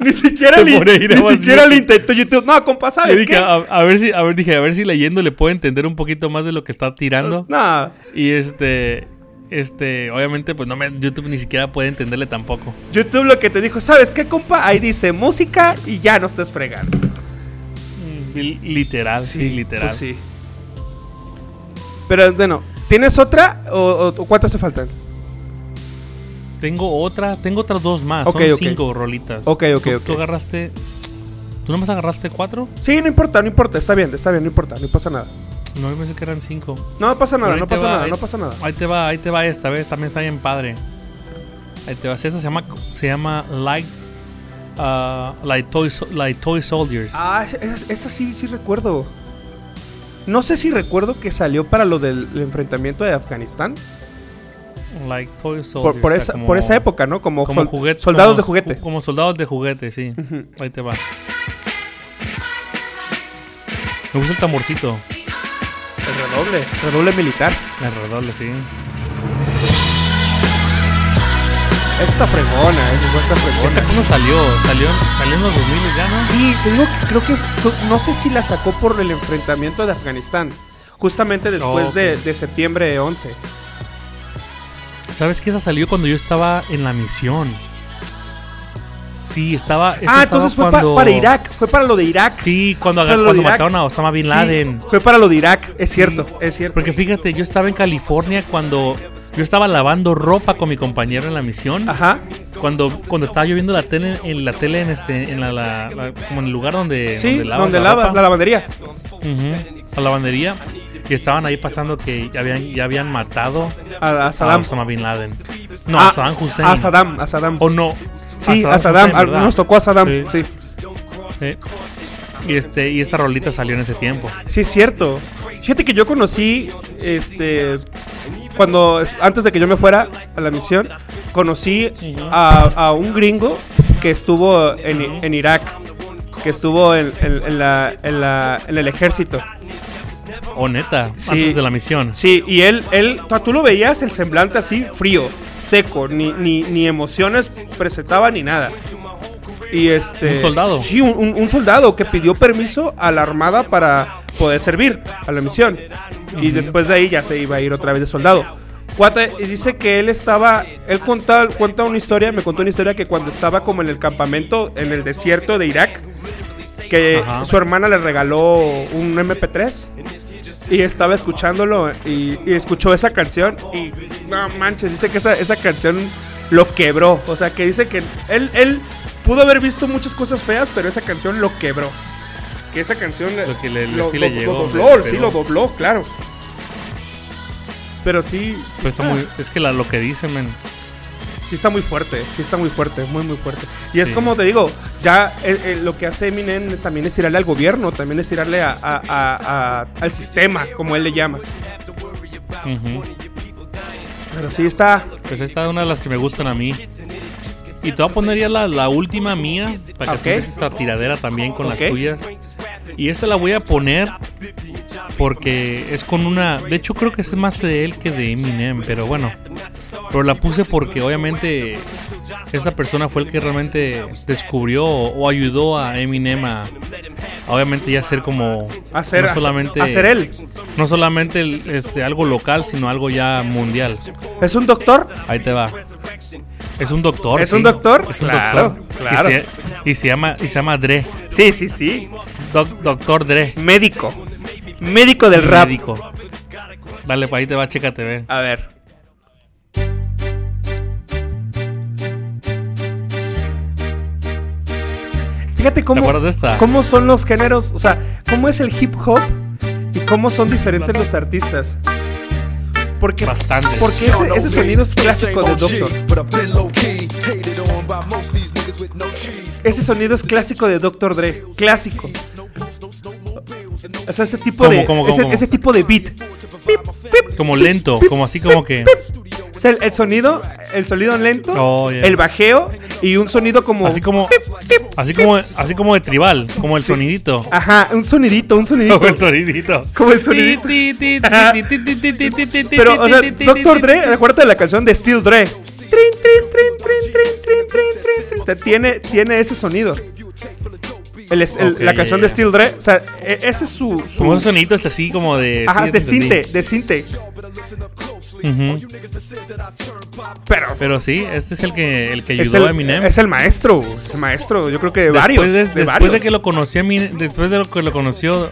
[SPEAKER 4] Ni siquiera,
[SPEAKER 5] Se
[SPEAKER 4] le,
[SPEAKER 5] pone a ir a
[SPEAKER 4] ni
[SPEAKER 5] más
[SPEAKER 4] siquiera le
[SPEAKER 5] YouTube.
[SPEAKER 4] intentó YouTube. No, compa,
[SPEAKER 5] Yo
[SPEAKER 4] ¿sabes
[SPEAKER 5] dije, "Ah,
[SPEAKER 4] qué?
[SPEAKER 5] a, a ver si, a ver, dije, a ver si leyendo le puedo entender un poquito más de lo que está tirando.
[SPEAKER 4] No,
[SPEAKER 5] Y este, este, obviamente, pues no me, YouTube ni siquiera puede entenderle tampoco.
[SPEAKER 4] YouTube lo que te dijo, ¿sabes qué, compa? Ahí dice música y ya no estás fregando. Mm.
[SPEAKER 5] Li- Literal, Ah, sí, literal.
[SPEAKER 4] pues sí. Pero bueno, ¿Tienes otra o, o- o cuántas te faltan?
[SPEAKER 5] Tengo otra, tengo otras dos más.
[SPEAKER 4] Ok,
[SPEAKER 5] Son
[SPEAKER 4] ok.
[SPEAKER 5] cinco rolitas.
[SPEAKER 4] Ok, ok,
[SPEAKER 5] ¿Tú,
[SPEAKER 4] ok.
[SPEAKER 5] tú agarraste. ¿Tú nomás agarraste cuatro?
[SPEAKER 4] Sí, no importa, no importa, está bien, está bien, no importa, no pasa nada.
[SPEAKER 5] No, yo pensé que eran cinco.
[SPEAKER 4] No pasa nada,
[SPEAKER 5] Pero ahí
[SPEAKER 4] no
[SPEAKER 5] te
[SPEAKER 4] pasa
[SPEAKER 5] este va,
[SPEAKER 4] nada,
[SPEAKER 5] ahí-
[SPEAKER 4] no pasa nada.
[SPEAKER 5] Ahí te va, ahí te va esta vez, también está bien padre. Ahí te va. Esta se llama, se llama Light, ah, Light, Toy, Sol- Light Toy Soldiers.
[SPEAKER 4] Ah, esa, esa sí, sí recuerdo. No sé si recuerdo que salió para lo del enfrentamiento de Afganistán.
[SPEAKER 5] Light Toy Soldiers.
[SPEAKER 4] Por, por
[SPEAKER 5] o sea,
[SPEAKER 4] esa,
[SPEAKER 5] como-
[SPEAKER 4] por esa época, ¿no? Como,
[SPEAKER 5] Como
[SPEAKER 4] sol-
[SPEAKER 5] juguete-
[SPEAKER 4] soldados
[SPEAKER 5] como-
[SPEAKER 4] de juguete.
[SPEAKER 5] Como soldados de juguete, sí.
[SPEAKER 4] Ujú.
[SPEAKER 5] Ahí te va. Me gusta el tamborcito.
[SPEAKER 4] El redoble. Redoble militar.
[SPEAKER 5] Alrededor, sí.
[SPEAKER 4] Esta fregona, eh. Esta fregona.
[SPEAKER 5] ¿Esta cómo salió? Salió, salió en los 2000 ya, ¿no?
[SPEAKER 4] Sí, te digo que creo que no- no sé si la sacó por el enfrentamiento de Afganistán. Justamente después
[SPEAKER 5] Ok.
[SPEAKER 4] de, de septiembre 11.
[SPEAKER 5] ¿Sabes que esa salió cuando yo estaba en la misión? Sí, estaba. esa
[SPEAKER 4] ah,
[SPEAKER 5] estaba
[SPEAKER 4] entonces fue pa-
[SPEAKER 5] cuando-
[SPEAKER 4] para Irak. Fue para lo de Irak.
[SPEAKER 5] Sí, cuando,
[SPEAKER 4] Fue para lo
[SPEAKER 5] cuando
[SPEAKER 4] de Irak.
[SPEAKER 5] mataron a Osama Bin
[SPEAKER 4] Sí,
[SPEAKER 5] Laden.
[SPEAKER 4] fue para lo de Irak. Es cierto, es cierto.
[SPEAKER 5] Porque fíjate, yo estaba en California cuando yo estaba lavando ropa con mi compañero en la misión.
[SPEAKER 4] Ajá.
[SPEAKER 5] Cuando, cuando estaba yo viendo la tele en la tele en este en la, la- la- como en el lugar donde
[SPEAKER 4] Sí,
[SPEAKER 5] lavas
[SPEAKER 4] donde
[SPEAKER 5] la
[SPEAKER 4] lavas
[SPEAKER 5] ropa.
[SPEAKER 4] la lavandería.
[SPEAKER 5] Ujú, a la lavandería y estaban ahí pasando que ya habían ya habían matado
[SPEAKER 4] A, a
[SPEAKER 5] a
[SPEAKER 4] Saddam.
[SPEAKER 5] Osama Bin Laden. No,
[SPEAKER 4] Ah,
[SPEAKER 5] a Saddam Hussein.
[SPEAKER 4] A Saddam, a Saddam.
[SPEAKER 5] O no.
[SPEAKER 4] Sí, a Saddam.
[SPEAKER 5] Hussein,
[SPEAKER 4] a-
[SPEAKER 5] ¿verdad?
[SPEAKER 4] nos tocó a Saddam.
[SPEAKER 5] Sí,
[SPEAKER 4] Sí,
[SPEAKER 5] sí. Y, este, y esta rolita salió en ese tiempo.
[SPEAKER 4] sí, es cierto. Fíjate que yo conocí, este, cuando, es- antes de que yo me fuera a la misión, conocí a, a un gringo que estuvo en, I- en Irak, que estuvo en, en- en la- en la- en el ejército.
[SPEAKER 5] O Oh, neta,
[SPEAKER 4] Sí.
[SPEAKER 5] antes de la misión.
[SPEAKER 4] Sí, y él, él, tú- tú lo veías el semblante así, frío, seco, ni, ni, ni emociones presentaba ni nada. Y este,
[SPEAKER 5] ¿Un soldado?
[SPEAKER 4] Sí, un, un- un soldado que pidió permiso a la armada para poder servir a la misión. Y después de ahí ya se iba a ir otra vez de soldado. Cuate, y dice que él estaba, él contaba, cuenta una historia, me contó una historia que cuando estaba como en el campamento, en el desierto de Irak, que
[SPEAKER 5] Ajá.
[SPEAKER 4] su hermana le regaló un MP3 y estaba escuchándolo y, y escuchó esa canción y no manches, dice que esa, esa canción lo quebró. O sea, que dice que él, él pudo haber visto muchas cosas feas, pero esa canción lo quebró. Que esa canción le-
[SPEAKER 5] Lo que le- le- sí le llegó,
[SPEAKER 4] dobló,
[SPEAKER 5] le
[SPEAKER 4] sí
[SPEAKER 5] pegó.
[SPEAKER 4] lo dobló, claro. Pero sí, sí
[SPEAKER 5] Pero Pues está muy- es que la- lo que dicen, men.
[SPEAKER 4] Sí está muy fuerte, sí está muy fuerte, muy muy fuerte. Y es
[SPEAKER 5] Sí.
[SPEAKER 4] como te digo, ya eh, eh, lo que hace Eminem también es tirarle al gobierno, también es tirarle a, a- a- a- al sistema, como él le llama.
[SPEAKER 5] Ujú.
[SPEAKER 4] Pero sí está...
[SPEAKER 5] Pues esta es una de las que me gustan a mí. Y te voy a poner ya la, la última mía, para que
[SPEAKER 4] Ok.
[SPEAKER 5] tengas esta tiradera también con
[SPEAKER 4] Ok.
[SPEAKER 5] las tuyas. Y esta la voy a poner porque es con una... De hecho creo que es más de él que de Eminem, pero bueno. Pero la puse porque obviamente esta persona fue el que realmente descubrió o, o ayudó a Eminem a... a Obviamente ya ser como...
[SPEAKER 4] A ser,
[SPEAKER 5] no solamente,
[SPEAKER 4] a ser él.
[SPEAKER 5] No solamente el- este, algo local, sino algo ya mundial.
[SPEAKER 4] ¿Es un doctor?
[SPEAKER 5] Ahí te va. Es un doctor.
[SPEAKER 4] ¿Es un doctor?
[SPEAKER 5] Es un
[SPEAKER 4] Claro,
[SPEAKER 5] doctor.
[SPEAKER 4] claro.
[SPEAKER 5] Y se, y se llama, y se llama Dre.
[SPEAKER 4] Sí, sí, sí.
[SPEAKER 5] Doc- doctor Dre.
[SPEAKER 4] Médico. Médico del rap.
[SPEAKER 5] Médico. Dale, pa' ahí te va, chécate, ve.
[SPEAKER 4] A ver. Fíjate cómo,
[SPEAKER 5] acuerdas de esta?
[SPEAKER 4] cómo son los géneros, o sea, cómo es el hip hop y cómo son diferentes los artistas. Porque,
[SPEAKER 5] Bastante.
[SPEAKER 4] porque ese, ese sonido es clásico de Doctor. Ese sonido es clásico de Dr. Dre, clásico. O sea, ese tipo
[SPEAKER 5] ¿Cómo,
[SPEAKER 4] de
[SPEAKER 5] cómo, cómo,
[SPEAKER 4] ese,
[SPEAKER 5] cómo?
[SPEAKER 4] ese tipo de beat. Pip, pip,
[SPEAKER 5] Como
[SPEAKER 4] pip,
[SPEAKER 5] lento,
[SPEAKER 4] pip,
[SPEAKER 5] como así
[SPEAKER 4] pip,
[SPEAKER 5] como que-
[SPEAKER 4] pip. O sea, el, el sonido, el sonido lento,
[SPEAKER 5] Oh, yeah.
[SPEAKER 4] el bajeo y un sonido como
[SPEAKER 5] Así como,
[SPEAKER 4] pip, pip,
[SPEAKER 5] así
[SPEAKER 4] pip.
[SPEAKER 5] como, así como de tribal, como el
[SPEAKER 4] Sí.
[SPEAKER 5] sonidito.
[SPEAKER 4] Ajá, un sonidito, un sonidito.
[SPEAKER 5] Como el sonidito.
[SPEAKER 4] Como el sonidito.
[SPEAKER 5] Ti, ti, ti, ti, ti, ti, ti, ti, ti, ti, ti,
[SPEAKER 4] Pero, o sea,
[SPEAKER 5] ti, ti, ti,
[SPEAKER 4] Dr.
[SPEAKER 5] ti,
[SPEAKER 4] Dre,
[SPEAKER 5] ti,
[SPEAKER 4] acuérdate de la canción de Steel Dre. Trin, trin, trin, trin, trin, trin, trin, trin, trin. O sea, Tiene, tiene ese sonido. El es- el-
[SPEAKER 5] Ok,
[SPEAKER 4] la canción
[SPEAKER 5] ya,
[SPEAKER 4] de
[SPEAKER 5] ya.
[SPEAKER 4] Steel Dre, o sea, e- ese es su. su-
[SPEAKER 5] Como esos soniditos este así como de.
[SPEAKER 4] ajá,
[SPEAKER 5] sí,
[SPEAKER 4] de
[SPEAKER 5] entendí.
[SPEAKER 4] Sinte, de Sinte.
[SPEAKER 5] Ujú.
[SPEAKER 4] Pero,
[SPEAKER 5] Pero sí, este es el que, el que ayudó
[SPEAKER 4] es, el,
[SPEAKER 5] a Eminem.
[SPEAKER 4] es el maestro, es el maestro, yo creo que de varios.
[SPEAKER 5] Después de,
[SPEAKER 4] De,
[SPEAKER 5] después
[SPEAKER 4] varios.
[SPEAKER 5] de que lo conoció Eminem- después de lo que lo conoció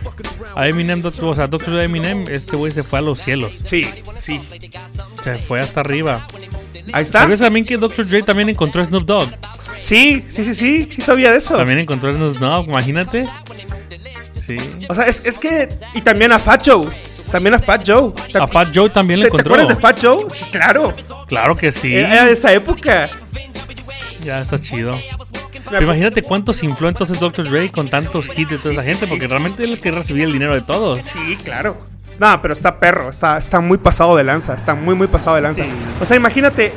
[SPEAKER 5] a Eminem, Dr. o sea, Dr. Eminem, este güey se fue a los cielos.
[SPEAKER 4] Sí, sí.
[SPEAKER 5] Se fue hasta arriba.
[SPEAKER 4] Ahí está.
[SPEAKER 5] ¿Sabes también que Dr. Dre también encontró a Snoop Dogg?
[SPEAKER 4] Sí, sí, sí, sí, sí sabía de eso.
[SPEAKER 5] También encontró a Snoop Dogg, imagínate. Sí.
[SPEAKER 4] O sea, es, es que. Y también a Fat Joe. También a Fat Joe. Ta-
[SPEAKER 5] A Fat Joe también lo
[SPEAKER 4] ¿Te, te
[SPEAKER 5] encontró.
[SPEAKER 4] acuerdas de Eh, Fat Joe? Sí, claro.
[SPEAKER 5] Claro que sí.
[SPEAKER 4] Era de esa época. eh.
[SPEAKER 5] Ya está chido. Pero imagínate cuántos infló entonces Dr. Dre con tantos hits de toda esa
[SPEAKER 4] sí,
[SPEAKER 5] gente,
[SPEAKER 4] sí,
[SPEAKER 5] porque
[SPEAKER 4] sí.
[SPEAKER 5] realmente él es el que recibía el dinero de todos.
[SPEAKER 4] Sí, claro. No, pero está perro, está, está muy pasado de lanza, está muy, muy pasado de lanza. O sea, imagínate,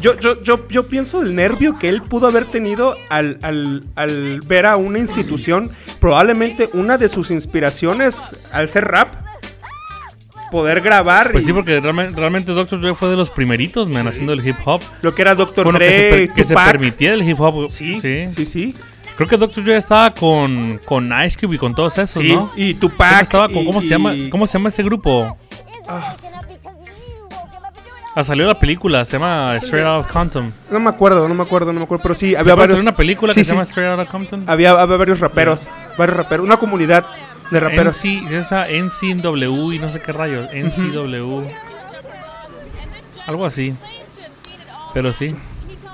[SPEAKER 4] yo, yo, yo, yo pienso el nervio que él pudo haber tenido al, al- al ver a una institución, probablemente una de sus inspiraciones al ser rap, poder grabar
[SPEAKER 5] Pues
[SPEAKER 4] y
[SPEAKER 5] sí, porque realme- realmente Dr. Dre fue de los primeritos, man, haciendo el hip hop.
[SPEAKER 4] lo que era Doctor
[SPEAKER 5] Bueno, que se,
[SPEAKER 4] Dre,
[SPEAKER 5] per- que se
[SPEAKER 4] Tupac.
[SPEAKER 5] permitiera el hip hop. sí.
[SPEAKER 4] Sí, sí, sí, sí.
[SPEAKER 5] Creo que Dr. Dre estaba con, con Ice Cube y con todos esos, Pues ¿no?
[SPEAKER 4] Y
[SPEAKER 5] ¿Cómo,
[SPEAKER 4] Tupac.
[SPEAKER 5] estaba con-
[SPEAKER 4] y-
[SPEAKER 5] cómo se llama,
[SPEAKER 4] y-
[SPEAKER 5] ¿Cómo se llama ese grupo? Ah, salió la película, se llama Straight Out of Compton.
[SPEAKER 4] No me acuerdo, no me acuerdo, no me acuerdo, pero sí, había
[SPEAKER 5] ¿Va a
[SPEAKER 4] varios.
[SPEAKER 5] salir una película
[SPEAKER 4] Sí,
[SPEAKER 5] que
[SPEAKER 4] sí. Ah,
[SPEAKER 5] se llama Straight Out of Compton?
[SPEAKER 4] Había, había varios raperos, varios raperos, una comunidad de raperos.
[SPEAKER 5] NC, esa NCW y no sé qué rayos. NCW. Algo así. Pero sí. Pero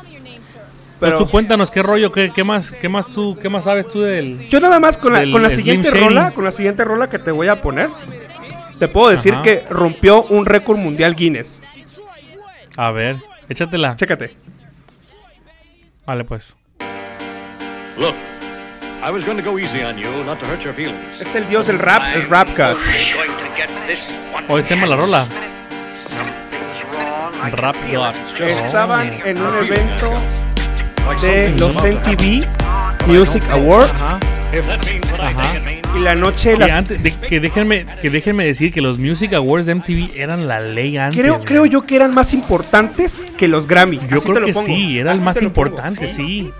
[SPEAKER 4] Pero
[SPEAKER 5] pues tú cuéntanos qué rollo, qué, qué más, qué más tú, qué más sabes tú del.
[SPEAKER 4] yo nada más con la,
[SPEAKER 5] del
[SPEAKER 4] con la
[SPEAKER 5] Slim
[SPEAKER 4] siguiente
[SPEAKER 5] Shady.
[SPEAKER 4] rola, con la siguiente rola que te voy a poner, te puedo decir
[SPEAKER 5] Ajá.
[SPEAKER 4] que rompió un récord mundial Guinness.
[SPEAKER 5] A ver, échatela.
[SPEAKER 4] Chécate.
[SPEAKER 5] Vale, pues.
[SPEAKER 6] Look, I was going to go easy on you, not to hurt your feelings.
[SPEAKER 4] Es el dios del rap, el rap god.
[SPEAKER 6] Oh,
[SPEAKER 5] Hoy se llama la rola. Rap God.
[SPEAKER 4] Estaban en un
[SPEAKER 6] Así.
[SPEAKER 4] evento
[SPEAKER 6] Like
[SPEAKER 4] de
[SPEAKER 6] something's
[SPEAKER 4] los
[SPEAKER 6] about to happen.
[SPEAKER 4] MTV Music Awards
[SPEAKER 5] Ajá.
[SPEAKER 6] If that means what I think it means,
[SPEAKER 4] y la noche
[SPEAKER 5] Que,
[SPEAKER 4] las-
[SPEAKER 5] antes, de- que déjenme, que déjenme decir que los Music Awards de MTV eran la ley antes.
[SPEAKER 4] creo
[SPEAKER 5] güey.
[SPEAKER 4] creo yo que eran más importantes que los Grammy.
[SPEAKER 5] Yo
[SPEAKER 4] Así te
[SPEAKER 5] creo
[SPEAKER 4] lo
[SPEAKER 5] que
[SPEAKER 4] pongo.
[SPEAKER 5] sí, era el
[SPEAKER 4] Así
[SPEAKER 5] más
[SPEAKER 4] te lo pongo.
[SPEAKER 5] importante, sí.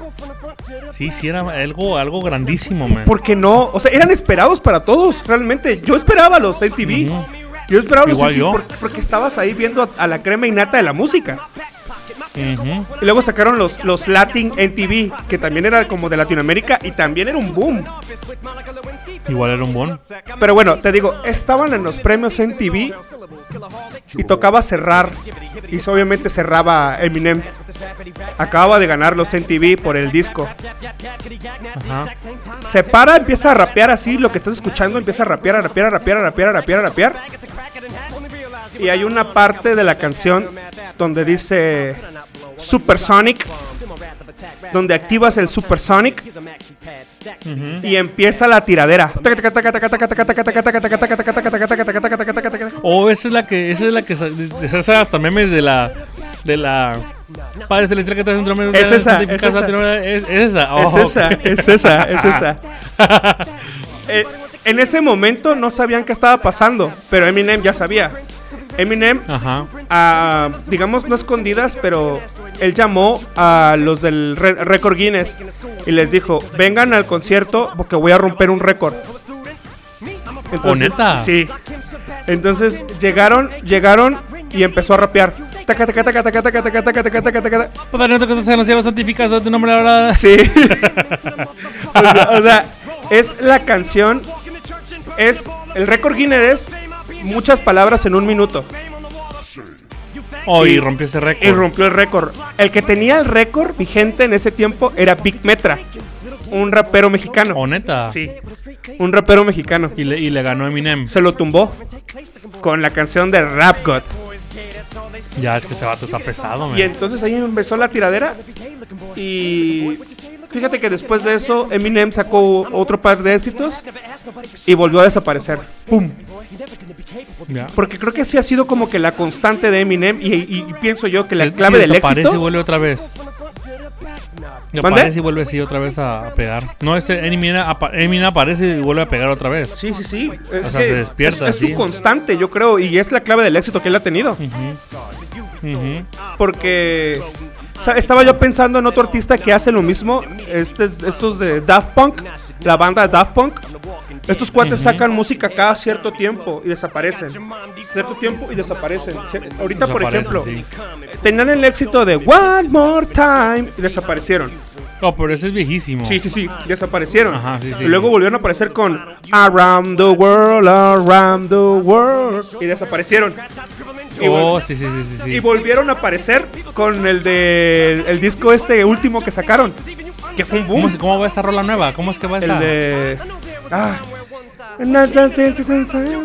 [SPEAKER 5] Sí, sí, era algo, algo grandísimo, man.
[SPEAKER 4] Porque no, o sea, eran esperados para todos, realmente. Yo esperaba los MTV.
[SPEAKER 5] Ujú.
[SPEAKER 4] Yo esperaba los
[SPEAKER 5] Igual
[SPEAKER 4] MTV
[SPEAKER 5] yo.
[SPEAKER 4] por- Porque, estabas ahí viendo a, a la crema innata de la música.
[SPEAKER 5] Ujú.
[SPEAKER 4] Y luego sacaron los, los Latin MTV, que también era como de Latinoamérica y también era un boom.
[SPEAKER 5] Igual era un bon.
[SPEAKER 4] Pero bueno, te digo, estaban en los premios MTV y tocaba cerrar. Y so- obviamente cerraba Eminem. Acababa de ganar los MTV por el disco. Ah.
[SPEAKER 5] Ajá.
[SPEAKER 4] Se para, empieza a rapear así, lo que estás escuchando, empieza a rapear, a rapear, a rapear, a rapear, a rapear, a rapear. Y hay una parte de la canción donde dice Supersonic, donde activas el Supersonic y empieza la tiradera.
[SPEAKER 5] Oh, esa es la que, esa es la que, sa- esa hasta memes de la, de la. Padre celestial que estás en tu
[SPEAKER 4] Es esa, es esa.
[SPEAKER 5] Es esa.
[SPEAKER 4] Es
[SPEAKER 5] Oh,
[SPEAKER 4] esa,
[SPEAKER 5] ok.
[SPEAKER 4] es esa, es esa. Eh, en ese momento no sabían qué estaba pasando, pero Eminem ya sabía. Eminem
[SPEAKER 5] Ajá.
[SPEAKER 4] a, digamos, no escondidas, pero él llamó a los del re- récord Guinness y les dijo, vengan al concierto porque voy a romper un récord.
[SPEAKER 5] ¿Neta?
[SPEAKER 4] Sí. Entonces llegaron, llegaron y empezó a rapear. Taca, taca, taca, taca, taca, taca, taca, taca, taca, taca.
[SPEAKER 5] Padre nuestro que estás en los cielos, santificado sea tu nombre, la verdad.
[SPEAKER 4] Sí. o, sea, o sea, es la canción, es el récord Guinness es muchas palabras en un minuto.
[SPEAKER 5] Oh, y
[SPEAKER 4] Y-
[SPEAKER 5] rompió ese récord.
[SPEAKER 4] y rompió el récord. El que tenía el récord vigente en ese tiempo era Big Metra, un rapero mexicano.
[SPEAKER 5] Oh, neta.
[SPEAKER 4] Sí, un rapero mexicano.
[SPEAKER 5] Y le, y le ganó Eminem.
[SPEAKER 4] Se lo tumbó con la canción de Rap God.
[SPEAKER 5] Ya, es que ese vato está pesado, man.
[SPEAKER 4] Y entonces ahí empezó la tiradera. Y fíjate que después de eso, Eminem sacó otro par de éxitos y volvió a desaparecer. ¡Pum!
[SPEAKER 5] Ya.
[SPEAKER 4] Porque creo que sí ha sido como que la constante de Eminem. Y, y- y pienso yo que la
[SPEAKER 5] Es-
[SPEAKER 4] clave
[SPEAKER 5] y
[SPEAKER 4] del
[SPEAKER 5] desaparece
[SPEAKER 4] éxito.
[SPEAKER 5] y vuelve otra vez. Y
[SPEAKER 4] ¿Mande?
[SPEAKER 5] aparece y vuelve así otra vez a, a pegar. No, este Eminem, apa- Eminem aparece y vuelve a pegar otra vez.
[SPEAKER 4] Sí, sí, sí. Es,
[SPEAKER 5] O sea,
[SPEAKER 4] que
[SPEAKER 5] se despierta,
[SPEAKER 4] es, es
[SPEAKER 5] sí.
[SPEAKER 4] su constante, yo creo, y es la clave del éxito que él ha tenido.
[SPEAKER 5] Ujú.
[SPEAKER 4] Porque sa- estaba yo pensando en otro artista que hace lo mismo, este, estos de Daft Punk, la banda de Daft Punk, estos cuates sacan música cada cierto tiempo y desaparecen. Cierto tiempo y desaparecen. Cier- Ahorita, por
[SPEAKER 5] Desaparecen,
[SPEAKER 4] ejemplo,
[SPEAKER 5] sí.
[SPEAKER 4] tenían el éxito de One More Time y desaparecieron.
[SPEAKER 5] No, Oh, pero ese es viejísimo.
[SPEAKER 4] Sí, sí, sí, desaparecieron.
[SPEAKER 5] Ajá, sí, sí.
[SPEAKER 4] Y luego volvieron a aparecer con Around the World, Around the World y desaparecieron. Y
[SPEAKER 5] Oh,
[SPEAKER 4] vol-
[SPEAKER 5] sí, sí, sí, sí, sí.
[SPEAKER 4] y volvieron a aparecer con el de el disco este último que sacaron, que fue un
[SPEAKER 5] ¿Cómo,
[SPEAKER 4] boom.
[SPEAKER 5] es- cómo va esta rola nueva? ¿Cómo es que va esta?
[SPEAKER 4] El de. Ah.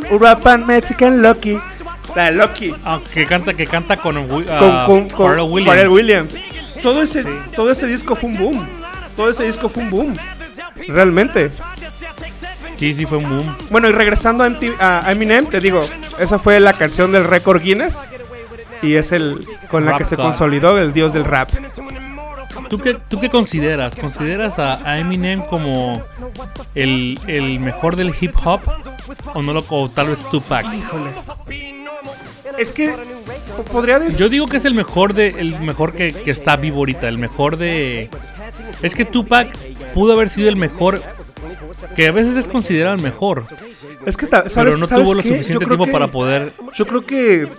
[SPEAKER 4] Urapan Mexican Lucky. La de Lucky.
[SPEAKER 5] Ah, que canta, que canta con, Wi-
[SPEAKER 4] Con,
[SPEAKER 5] ah,
[SPEAKER 4] con, con
[SPEAKER 5] Pharrell Williams.
[SPEAKER 4] Pharrell Williams. Todo ese, todo ese disco fue un boom. Todo ese disco fue un boom. Realmente.
[SPEAKER 5] Sí, sí, fue un boom.
[SPEAKER 4] Bueno, y regresando a, MTV a Eminem, te digo, esa fue la canción del récord Guinness. Y es el con la
[SPEAKER 5] Rap
[SPEAKER 4] que se
[SPEAKER 5] God.
[SPEAKER 4] consolidó el dios del rap.
[SPEAKER 5] ¿Tú qué, ¿Tú qué consideras? ¿Consideras a, a Eminem como el, el mejor del hip hop? ¿O no lo o tal vez Tupac?
[SPEAKER 4] Es que podría decir.
[SPEAKER 5] Yo digo que es el mejor de el mejor que, que está vivo ahorita, el mejor de Es que Tupac pudo haber sido el mejor que a veces es considerado el mejor,
[SPEAKER 4] es que está-
[SPEAKER 5] pero
[SPEAKER 4] ¿sabes,
[SPEAKER 5] no
[SPEAKER 4] sabes
[SPEAKER 5] tuvo lo
[SPEAKER 4] qué?
[SPEAKER 5] suficiente
[SPEAKER 4] Yo creo
[SPEAKER 5] tiempo
[SPEAKER 4] que-
[SPEAKER 5] para poder
[SPEAKER 4] Yo creo que.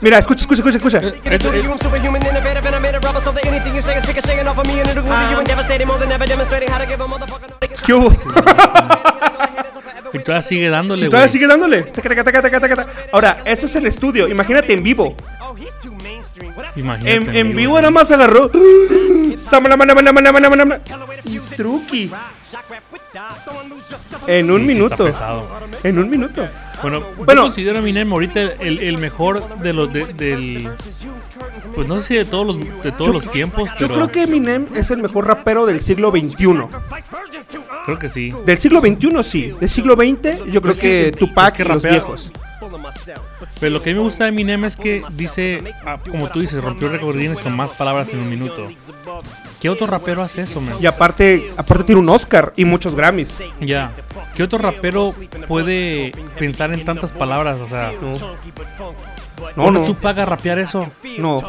[SPEAKER 4] Mira, escucha, escucha, escucha, escucha.
[SPEAKER 5] Esto- eh,
[SPEAKER 4] ¿Qué hubo?
[SPEAKER 5] este
[SPEAKER 4] Ah.
[SPEAKER 5] y todavía sigue dándole,
[SPEAKER 4] Todavía
[SPEAKER 5] güey.
[SPEAKER 4] sigue dándole. Taca, taca, taca, taca, taca. Ahora, eso es en estudio. Imagínate en vivo.
[SPEAKER 5] Imagínate.
[SPEAKER 4] En, en
[SPEAKER 5] amigo.
[SPEAKER 4] vivo nada más agarró. Samana, mana, mana, mana, mana, mana. Y Truqui. En un
[SPEAKER 5] Sí, sí, está
[SPEAKER 4] minuto.
[SPEAKER 5] pesado.
[SPEAKER 4] En un minuto.
[SPEAKER 5] Bueno,
[SPEAKER 4] Bueno.
[SPEAKER 5] yo considero a Eminem ahorita el, el mejor de los de- del pues no sé si de todos los de todos los tiempos,
[SPEAKER 4] Yo
[SPEAKER 5] pero
[SPEAKER 4] creo que Eminem es el mejor rapero del siglo XXI.
[SPEAKER 5] creo que sí.
[SPEAKER 4] Del siglo XXI sí. Del siglo XX yo creo
[SPEAKER 5] Es que-
[SPEAKER 4] que Tupac
[SPEAKER 5] es que
[SPEAKER 4] y los
[SPEAKER 5] rapea-
[SPEAKER 4] viejos.
[SPEAKER 5] Pero lo que a mí me gusta de Eminem es que dice, ah, como tú dices, rompió récord Guinness con más palabras en un minuto. ¿Qué otro rapero hace eso, man?
[SPEAKER 4] Y aparte, aparte tiene un Oscar y muchos Grammys.
[SPEAKER 5] Ya. ¿Qué otro rapero puede pensar en tantas palabras? O sea,
[SPEAKER 4] No,
[SPEAKER 5] tú
[SPEAKER 4] no,
[SPEAKER 5] pagas rapear eso,
[SPEAKER 4] no.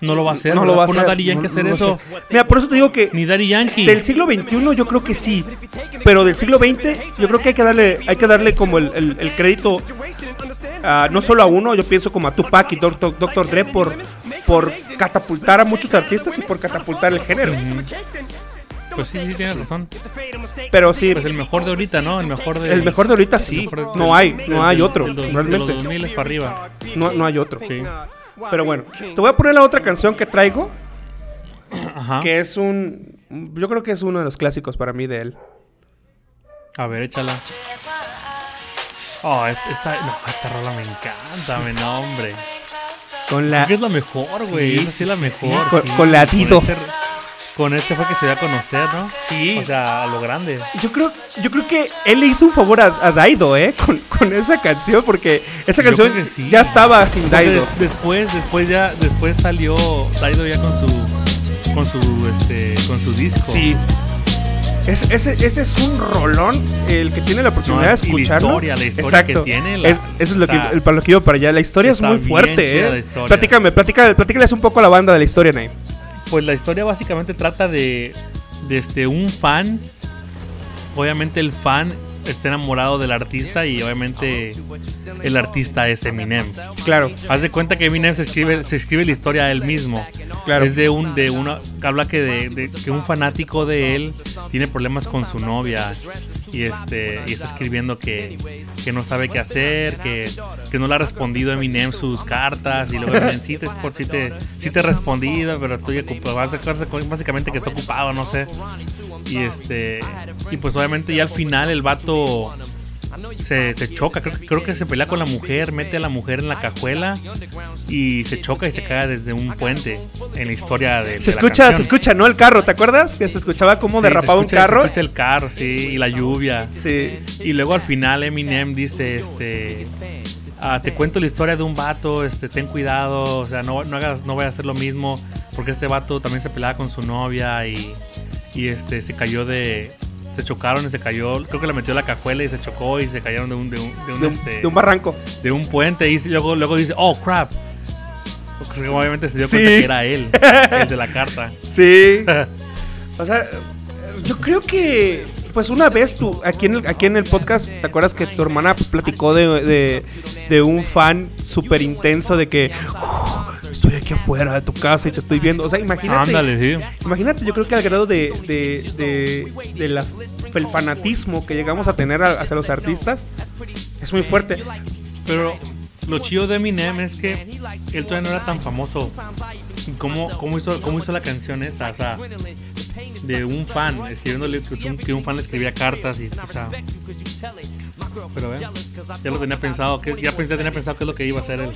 [SPEAKER 5] no lo va a hacer.
[SPEAKER 4] No lo
[SPEAKER 5] ¿verdad?
[SPEAKER 4] va a
[SPEAKER 5] Pon
[SPEAKER 4] hacer.
[SPEAKER 5] Daddy Yankee
[SPEAKER 4] no-
[SPEAKER 5] a hacer
[SPEAKER 4] no lo va a
[SPEAKER 5] eso.
[SPEAKER 4] hacer. Mira, por eso te digo que
[SPEAKER 5] Ni Daddy Yankee.
[SPEAKER 4] del siglo XXI yo creo que sí. Pero del siglo XX yo creo que hay que darle, hay que darle como el, el- el crédito ah, no solo a uno, yo pienso como a Tupac y Dr. Dr. Dre por, por catapultar a muchos artistas y por catapultar el género.
[SPEAKER 5] Pues sí, sí, tienes razón.
[SPEAKER 4] Pero sí,
[SPEAKER 5] Pues el mejor de ahorita, ¿no? El mejor de.
[SPEAKER 4] el mejor de ahorita sí.
[SPEAKER 5] mejor de-
[SPEAKER 4] No hay,
[SPEAKER 5] del-
[SPEAKER 4] no hay
[SPEAKER 5] del-
[SPEAKER 4] otro.
[SPEAKER 5] del dos- de
[SPEAKER 4] Realmente.
[SPEAKER 5] los 2000 para arriba.
[SPEAKER 4] No, no hay otro.
[SPEAKER 5] Sí.
[SPEAKER 4] Pero bueno, te voy a poner la otra canción que traigo,
[SPEAKER 5] Ajá.
[SPEAKER 4] que es un... Yo creo que es uno de los clásicos para mí de él.
[SPEAKER 5] A ver, échala. Oh, es- esta, no, esta rola me encanta, men, no, hombre.
[SPEAKER 4] Con la...
[SPEAKER 5] Creo que es la mejor, güey. Esa sí es la mejor.
[SPEAKER 4] Con-
[SPEAKER 5] sí.
[SPEAKER 4] con latido.
[SPEAKER 5] Con este, con este fue que se dio a conocer, ¿no?
[SPEAKER 4] Sí.
[SPEAKER 5] O sea, a lo grande.
[SPEAKER 4] Yo creo, yo creo que él le hizo un favor a, a Daido, ¿eh? Con, con esa canción, porque esa
[SPEAKER 5] Yo
[SPEAKER 4] canción
[SPEAKER 5] creo que sí.
[SPEAKER 4] ya estaba sin Daido.
[SPEAKER 5] Entonces, después, después ya, después salió Daido ya con su, con su, este, con su disco.
[SPEAKER 4] Sí. Es- ese, ese es un rolón el que tiene la
[SPEAKER 5] No,
[SPEAKER 4] oportunidad
[SPEAKER 5] y
[SPEAKER 4] de
[SPEAKER 5] la
[SPEAKER 4] escucharlo.
[SPEAKER 5] historia, la historia que tiene, la-
[SPEAKER 4] Es- eso es lo
[SPEAKER 5] o sea,
[SPEAKER 4] que, el, para lo que iba para allá. La historia es
[SPEAKER 5] está
[SPEAKER 4] muy
[SPEAKER 5] bien
[SPEAKER 4] fuerte,
[SPEAKER 5] chida la
[SPEAKER 4] ¿eh?
[SPEAKER 5] historia.
[SPEAKER 4] Platícame, platícame, platícales un poco a la banda de la historia, Naim.
[SPEAKER 5] Pues la historia básicamente trata de, de este, un fan. Obviamente el fan está enamorado del artista y obviamente el artista es Eminem.
[SPEAKER 4] Claro.
[SPEAKER 5] Haz de cuenta que Eminem se escribe, se escribe la historia a él mismo.
[SPEAKER 4] Claro.
[SPEAKER 5] Es de un, de una, habla que de, de- que un fanático de él tiene problemas con su novia y este, y está escribiendo que, que no sabe qué hacer, que, que no le ha respondido Eminem sus cartas y luego Eminem sí te, por sí te, sí te he respondido, pero estoy ocupado, básicamente que está ocupado, no sé. Y este, y pues obviamente ya al final el vato se, se choca, creo, que- creo que se pelea con la mujer, mete a la mujer en la cajuela y se choca y se cae desde un puente en la historia de,
[SPEAKER 4] Se
[SPEAKER 5] de la
[SPEAKER 4] escucha,
[SPEAKER 5] canción.
[SPEAKER 4] se escucha, ¿no? El carro, ¿te acuerdas? Que se escuchaba como
[SPEAKER 5] Sí, se
[SPEAKER 4] derrapaba
[SPEAKER 5] escucha-
[SPEAKER 4] un carro.
[SPEAKER 5] Se escucha el carro, sí, y la lluvia.
[SPEAKER 4] Sí.
[SPEAKER 5] Y luego al final Eminem dice, este, ah, te cuento la historia de un vato, este, ten cuidado, o sea, no, no hagas, no vayas a hacer lo mismo, porque este vato también se peleaba con su novia y, y, este, se cayó de, se chocaron y se cayó, creo que le metió a la cajuela y se chocó y se cayeron de un, de un, de un,
[SPEAKER 4] De un,
[SPEAKER 5] este,
[SPEAKER 4] de un barranco.
[SPEAKER 5] de un puente y luego, luego dice, oh crap. Porque Obviamente se dio cuenta
[SPEAKER 4] Sí.
[SPEAKER 5] que era él, el de la carta.
[SPEAKER 4] Sí. O sea, yo creo que, pues una vez tú, aquí en el, aquí en el podcast, ¿te acuerdas que tu hermana platicó de, de, de un fan súper intenso de que "Uf, estoy aquí afuera de tu casa y te estoy viendo? O sea, imagínate.
[SPEAKER 5] Ándale, sí.
[SPEAKER 4] Imagínate, yo creo que al grado de, de, de- de la- del fanatismo que llegamos a tener a- hacia los artistas, es muy fuerte.
[SPEAKER 5] Pero lo chido de Eminem es que él todavía no era tan famoso. ¿Cómo, cómo, hizo, cómo hizo la canción esa? O sea, de un fan, escribiéndole que un, que un fan le escribía cartas y, o sea. Pero eh, ya lo tenía pensado, que, ya pensé, tenía pensado qué es lo que iba a hacer él.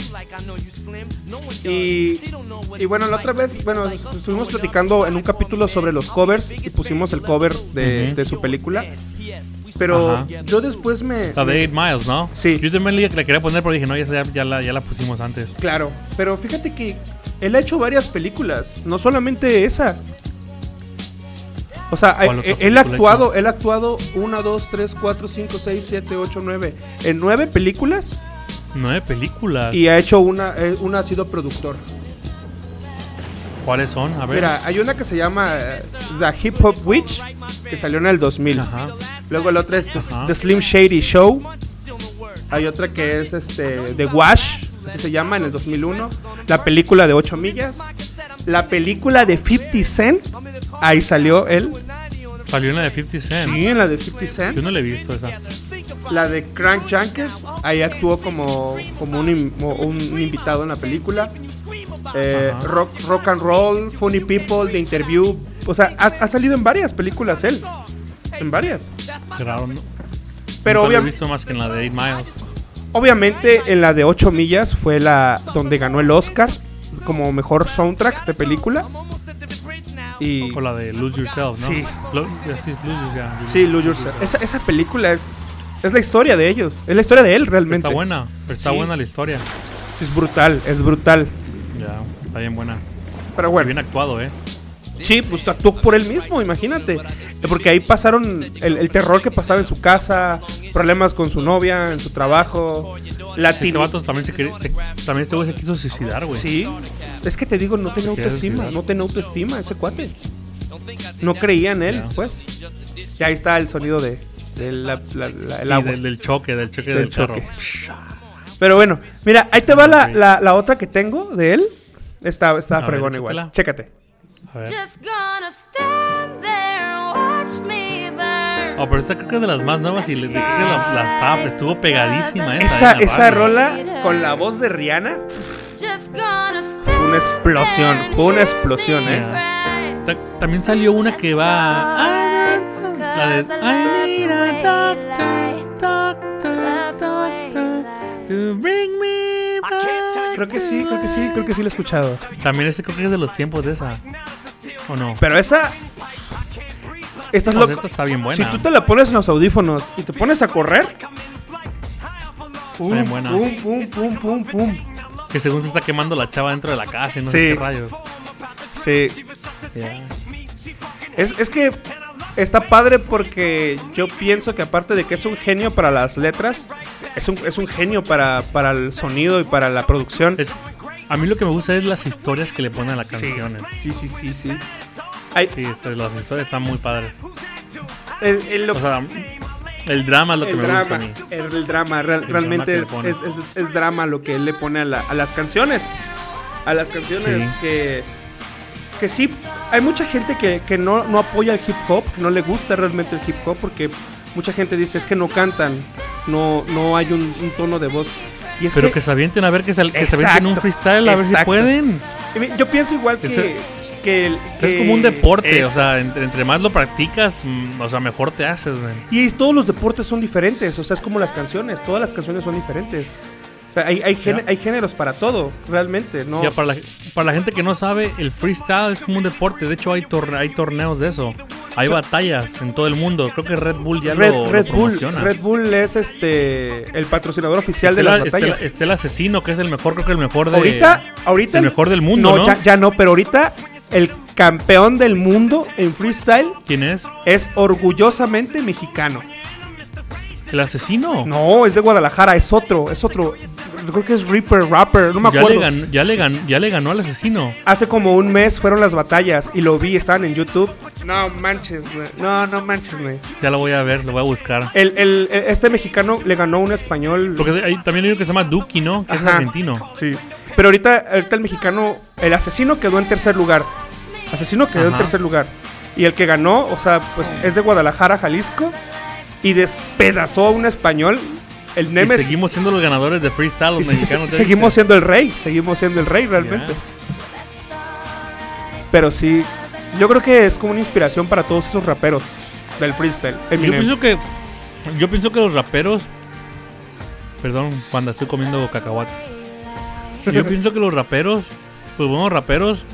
[SPEAKER 4] Y, y bueno, la otra vez, bueno, estuvimos platicando en un capítulo sobre los covers y pusimos el cover de,
[SPEAKER 5] Ujú.
[SPEAKER 4] de su película. Pero
[SPEAKER 5] Ajá.
[SPEAKER 4] yo después me...
[SPEAKER 5] La de 8 Miles, ¿no?
[SPEAKER 4] Sí.
[SPEAKER 5] Yo también le- la quería poner, pero dije, no, ya, ya, ya la, ya la pusimos antes.
[SPEAKER 4] Claro, pero fíjate que él ha hecho varias películas, no solamente esa. O sea,
[SPEAKER 5] ¿Cuál otra
[SPEAKER 4] él, él ha
[SPEAKER 5] película
[SPEAKER 4] actuado, él ha actuado 1, 2, 3, 4, 5, 6, 7, 8, 9. En nueve películas
[SPEAKER 5] Nueve películas.
[SPEAKER 4] y ha hecho una, eh, una ha sido productor.
[SPEAKER 5] ¿Cuáles son? A ver.
[SPEAKER 4] Mira, hay una que se llama eh, The Hip Hop Witch, que salió en el 2000.
[SPEAKER 5] Ajá.
[SPEAKER 4] Luego la otra es The,
[SPEAKER 5] Ajá.
[SPEAKER 4] The Slim Shady Show. Hay otra que es este The Wash, así se llama, en el 2001. La película de 8 millas. La película de 50 Cent. Ahí salió él.
[SPEAKER 5] Salió en la de 50 Cent.
[SPEAKER 4] Sí, en la de 50
[SPEAKER 5] Yo
[SPEAKER 4] Cent.
[SPEAKER 5] no la he visto esa.
[SPEAKER 4] La de Crank Junkers. Ahí actuó como, como un, in- mo- un invitado en la película. Eh,
[SPEAKER 5] Ajá.
[SPEAKER 4] rock, rock and Roll, Funny People, The Interview. O sea, ha, ha salido en varias películas él. En varias.
[SPEAKER 5] Qué raro, ¿no? Nunca
[SPEAKER 4] Pero
[SPEAKER 5] la he
[SPEAKER 4] obviamente.
[SPEAKER 5] visto más que en la de 8 Miles.
[SPEAKER 4] Obviamente en la de 8 millas fue la donde ganó el Oscar como mejor soundtrack de película. Y
[SPEAKER 5] O la de Lose Yourself, ¿no?
[SPEAKER 4] Sí.
[SPEAKER 5] Lo- sí, es Lose Yourself.
[SPEAKER 4] sí, Lose Yourself. Esa, esa película es es la historia de ellos, es la historia de él realmente.
[SPEAKER 5] Está buena, pero está
[SPEAKER 4] Sí.
[SPEAKER 5] buena la historia.
[SPEAKER 4] Es brutal, es brutal.
[SPEAKER 5] Ya, está bien buena.
[SPEAKER 4] Pero
[SPEAKER 5] Y Bien
[SPEAKER 4] bueno,
[SPEAKER 5] actuado, ¿eh?
[SPEAKER 4] sí, pues actuó por él mismo, imagínate, porque ahí pasaron el, el terror que pasaba en su casa, problemas con su novia, en su trabajo,
[SPEAKER 5] Este
[SPEAKER 4] latino.
[SPEAKER 5] vato también se, quer- se- también este güey se quiso suicidar, güey.
[SPEAKER 4] Sí. Es que te digo, no tenía
[SPEAKER 5] Quieres
[SPEAKER 4] autoestima,
[SPEAKER 5] olvidar.
[SPEAKER 4] no tenía autoestima ese cuate. No creía en él,
[SPEAKER 5] Ya.
[SPEAKER 4] pues. Y ahí está el sonido de, de la- la- la- el
[SPEAKER 5] Y
[SPEAKER 4] agua.
[SPEAKER 5] del, del choque, del choque
[SPEAKER 4] Del
[SPEAKER 5] del, carro.
[SPEAKER 4] choque. Pero bueno, mira, ahí te va la,
[SPEAKER 5] Ok.
[SPEAKER 4] la- la otra que tengo de él. Está, está
[SPEAKER 5] A ver,
[SPEAKER 4] fregón
[SPEAKER 5] échatela.
[SPEAKER 4] igual. Chécate.
[SPEAKER 5] A ver.
[SPEAKER 7] Just gonna stand there and watch me burn.
[SPEAKER 5] Oh, pero esta creo que es de las más nuevas y le dije que la, la tap, estuvo pegadísima esa.
[SPEAKER 4] Esa,
[SPEAKER 5] en la
[SPEAKER 4] esa
[SPEAKER 5] radio.
[SPEAKER 4] rola con la voz de Rihanna.
[SPEAKER 7] Just gonna
[SPEAKER 4] Fue
[SPEAKER 7] stand
[SPEAKER 4] una explosión, fue una explosión,
[SPEAKER 5] Ya.
[SPEAKER 4] ¿eh?
[SPEAKER 7] right.
[SPEAKER 5] Ta- también salió una que va. I don't know. La de. I need a doctor, doctor, doctor to bring me back.
[SPEAKER 4] Creo que sí, creo que sí, creo que sí la he escuchado.
[SPEAKER 5] También ese creo que es de los tiempos de esa. ¿O no?
[SPEAKER 4] Pero esa. Estás
[SPEAKER 5] Pues
[SPEAKER 4] loco.
[SPEAKER 5] esta está bien buena.
[SPEAKER 4] Si tú te la pones en los audífonos y te pones a correr. Pum,
[SPEAKER 5] bien buena.
[SPEAKER 4] pum, pum, pum, pum, pum.
[SPEAKER 5] Que según se está quemando la chava dentro de la casa y no
[SPEAKER 4] Sí.
[SPEAKER 5] sé qué rayos.
[SPEAKER 4] Sí. Es, es que está padre porque yo pienso que aparte de que es un genio para las letras, es un, es un genio para, para el sonido y para la producción.
[SPEAKER 5] Es, a mí lo que me gusta es las historias que le ponen a las
[SPEAKER 4] sí,
[SPEAKER 5] canciones. Sí,
[SPEAKER 4] sí, sí, sí, sí. Ay,
[SPEAKER 5] este, las historias están muy padres.
[SPEAKER 4] el, el-
[SPEAKER 5] O sea, el drama es lo que
[SPEAKER 4] el
[SPEAKER 5] me gusta a
[SPEAKER 4] drama,
[SPEAKER 5] mí.
[SPEAKER 4] el, el drama, real-
[SPEAKER 5] drama
[SPEAKER 4] realmente
[SPEAKER 5] que le
[SPEAKER 4] es,
[SPEAKER 5] pone.
[SPEAKER 4] es- es- es drama lo que él le pone a, la- a las canciones. A las canciones
[SPEAKER 5] Sí.
[SPEAKER 4] que, que sí, hay mucha gente que, que no, no apoya el hip hop, que no le gusta realmente el hip hop, porque mucha gente dice es que no cantan, no, no hay un, un tono de voz. Y es
[SPEAKER 5] Pero
[SPEAKER 4] que,
[SPEAKER 5] que se avienten a ver que se, que se
[SPEAKER 4] Exacto,
[SPEAKER 5] avienten un freestyle a ver si
[SPEAKER 4] exacto.
[SPEAKER 5] pueden.
[SPEAKER 4] y me- yo pienso igual que,
[SPEAKER 5] Es
[SPEAKER 4] que, el-
[SPEAKER 5] Es
[SPEAKER 4] que-
[SPEAKER 5] como un deporte, o
[SPEAKER 4] es-
[SPEAKER 5] sea, entre, entre más lo practicas, mm, o sea, mejor te haces, güey.
[SPEAKER 4] Y es- todos los deportes son diferentes, o sea, es como las canciones, todas las canciones son diferentes. O sea, hay, hay, géne-
[SPEAKER 5] Ya.
[SPEAKER 4] hay géneros para todo, realmente, ¿no?
[SPEAKER 5] Ya para la, para la gente que no sabe, el freestyle es como un deporte. De hecho, hay, torne- hay torneos de eso. Hay batallas en todo el mundo. Creo que Red Bull ya
[SPEAKER 4] Red,
[SPEAKER 5] lo, lo
[SPEAKER 4] Red Bull,
[SPEAKER 5] promociona.
[SPEAKER 4] Red Bull es este el patrocinador oficial de
[SPEAKER 5] Está
[SPEAKER 4] las
[SPEAKER 5] la- está la-
[SPEAKER 4] batallas.
[SPEAKER 5] está el asesino, que es el mejor, creo que el mejor de.
[SPEAKER 4] ahorita, ahorita
[SPEAKER 5] el mejor del mundo, ¿no?
[SPEAKER 4] Ya, ya no, pero ahorita el campeón del mundo en freestyle
[SPEAKER 5] ¿Quién es?
[SPEAKER 4] es orgullosamente mexicano.
[SPEAKER 5] ¿El asesino?
[SPEAKER 4] No, es de Guadalajara, es otro, es otro. Creo que es Reaper Rapper, no me
[SPEAKER 5] ya, le
[SPEAKER 4] acuerdo.
[SPEAKER 5] ganó, ya, le ganó, ya le ganó al asesino.
[SPEAKER 4] Hace como un mes fueron las batallas y lo vi, estaban en YouTube No manches, güey. No, no manches, güey.
[SPEAKER 5] Ya lo voy a ver, lo voy a buscar.
[SPEAKER 4] El, el- el- este mexicano le ganó a un español.
[SPEAKER 5] Porque hay, también hay uno que se llama Duki, ¿no? Que es
[SPEAKER 4] Ajá.
[SPEAKER 5] argentino.
[SPEAKER 4] Sí. Pero ahorita, ahorita el mexicano, el asesino quedó en tercer lugar. Asesino quedó en
[SPEAKER 5] Ajá.
[SPEAKER 4] tercer lugar. Y el que ganó, o sea, pues es de Guadalajara, Jalisco. Y despedazó a un español, el
[SPEAKER 5] Y
[SPEAKER 4] Nemesis.
[SPEAKER 5] seguimos siendo los ganadores de este. freestyle,
[SPEAKER 4] y
[SPEAKER 5] los
[SPEAKER 4] se-
[SPEAKER 5] mexicanos.
[SPEAKER 4] se- seguimos siendo el rey, seguimos siendo el rey realmente. Pero sí, yo creo que es como una inspiración para todos esos raperos del freestyle.
[SPEAKER 5] Yo
[SPEAKER 4] Eminem.
[SPEAKER 5] pienso que. Yo pienso que los raperos. Perdón, cuando estoy comiendo cacahuate. Yo pienso que los raperos. Los buenos raperos.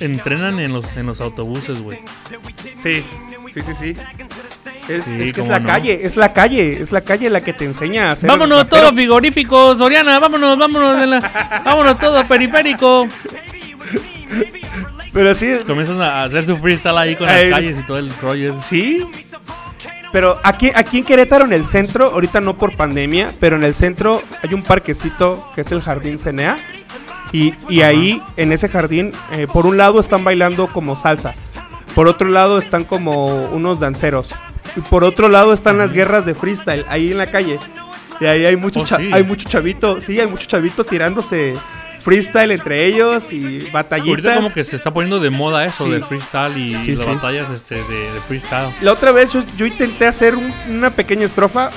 [SPEAKER 5] Entrenan en los, en los autobuses, güey.
[SPEAKER 4] Sí, sí, sí, sí. Es,
[SPEAKER 5] Sí,
[SPEAKER 4] es que es
[SPEAKER 5] cómo
[SPEAKER 4] la
[SPEAKER 5] no.
[SPEAKER 4] calle, es la calle, es la calle la que te enseña a hacer.
[SPEAKER 5] Vámonos
[SPEAKER 4] rapero.
[SPEAKER 5] todos los frigoríficos, Soriana, vámonos, vámonos, de la, vámonos todos periférico.
[SPEAKER 4] Pero sí,
[SPEAKER 5] Comienzan a hacer su freestyle ahí con
[SPEAKER 4] Ay.
[SPEAKER 5] las calles y todo el rollo. ese.
[SPEAKER 4] Eh, sí. Pero aquí, aquí en Querétaro, en el centro, ahorita no por pandemia, pero en el centro hay un parquecito que es el Jardín Cenea. Y, y ahí, en ese jardín, eh, por un lado están bailando como salsa. Por otro lado están como unos danceros. Y por otro lado están las guerras de freestyle, ahí en la calle. Y ahí hay mucho,
[SPEAKER 5] Oh,
[SPEAKER 4] cha-
[SPEAKER 5] sí.
[SPEAKER 4] hay mucho chavito, sí, hay mucho chavito tirándose freestyle entre ellos y
[SPEAKER 5] Ahorita
[SPEAKER 4] batallitas.
[SPEAKER 5] como que se está poniendo de moda eso
[SPEAKER 4] Sí.
[SPEAKER 5] de freestyle y
[SPEAKER 4] Sí,
[SPEAKER 5] las
[SPEAKER 4] sí.
[SPEAKER 5] batallas este, de, de freestyle.
[SPEAKER 4] La otra vez yo, yo intenté hacer un- una pequeña estrofa.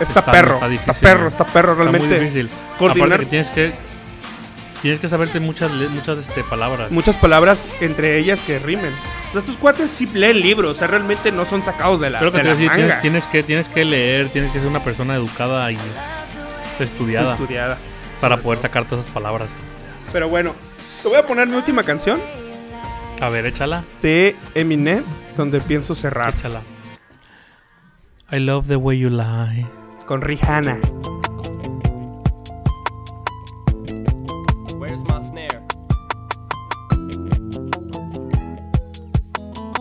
[SPEAKER 4] Está,
[SPEAKER 5] Está-
[SPEAKER 4] perro,
[SPEAKER 5] está
[SPEAKER 4] está,
[SPEAKER 5] difícil,
[SPEAKER 4] perro,
[SPEAKER 5] güey.
[SPEAKER 4] está perro realmente.
[SPEAKER 5] Está muy difícil.
[SPEAKER 4] coordinar-
[SPEAKER 5] Aparte que tienes que tienes que saberte muchas le- muchas este, palabras.
[SPEAKER 4] Muchas palabras entre ellas que rimen. Entonces tus cuates sí leen libros, o sea, realmente no son sacados de la,
[SPEAKER 5] Creo que
[SPEAKER 4] de
[SPEAKER 5] te
[SPEAKER 4] la
[SPEAKER 5] voy a decir, tienes,
[SPEAKER 4] manga.
[SPEAKER 5] tienes que tienes que leer, tienes que ser una persona educada y estudiada
[SPEAKER 4] estudiada.
[SPEAKER 5] para poder sacar todas esas palabras.
[SPEAKER 4] Pero bueno, te voy a poner mi última canción
[SPEAKER 5] A ver, échala,
[SPEAKER 4] de Eminem, donde pienso cerrar
[SPEAKER 5] échala. I love the way you lie.
[SPEAKER 4] con Rihanna.
[SPEAKER 8] Where's my snare?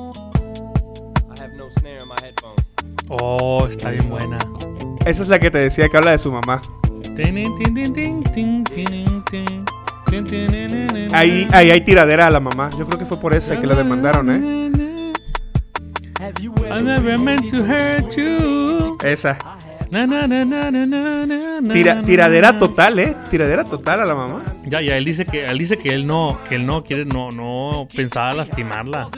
[SPEAKER 8] I have no snare in my headphones.
[SPEAKER 5] Oh, está bien buena.
[SPEAKER 4] Esa es la que te decía que habla de su mamá. Ahí, ahí hay tiradera a la mamá. Yo creo que fue por esa que la demandaron, ¿eh?
[SPEAKER 5] I never meant to hurt you.
[SPEAKER 4] Esa.
[SPEAKER 5] Na, na, na, na, na, na, na, na,
[SPEAKER 4] Tira-
[SPEAKER 5] na,
[SPEAKER 4] tiradera
[SPEAKER 5] na.
[SPEAKER 4] total, ¿eh? Tiradera total a la mamá.
[SPEAKER 5] Ya, ya, él dice que él dice que él no, que él no quiere, no, no pensaba lastimarla.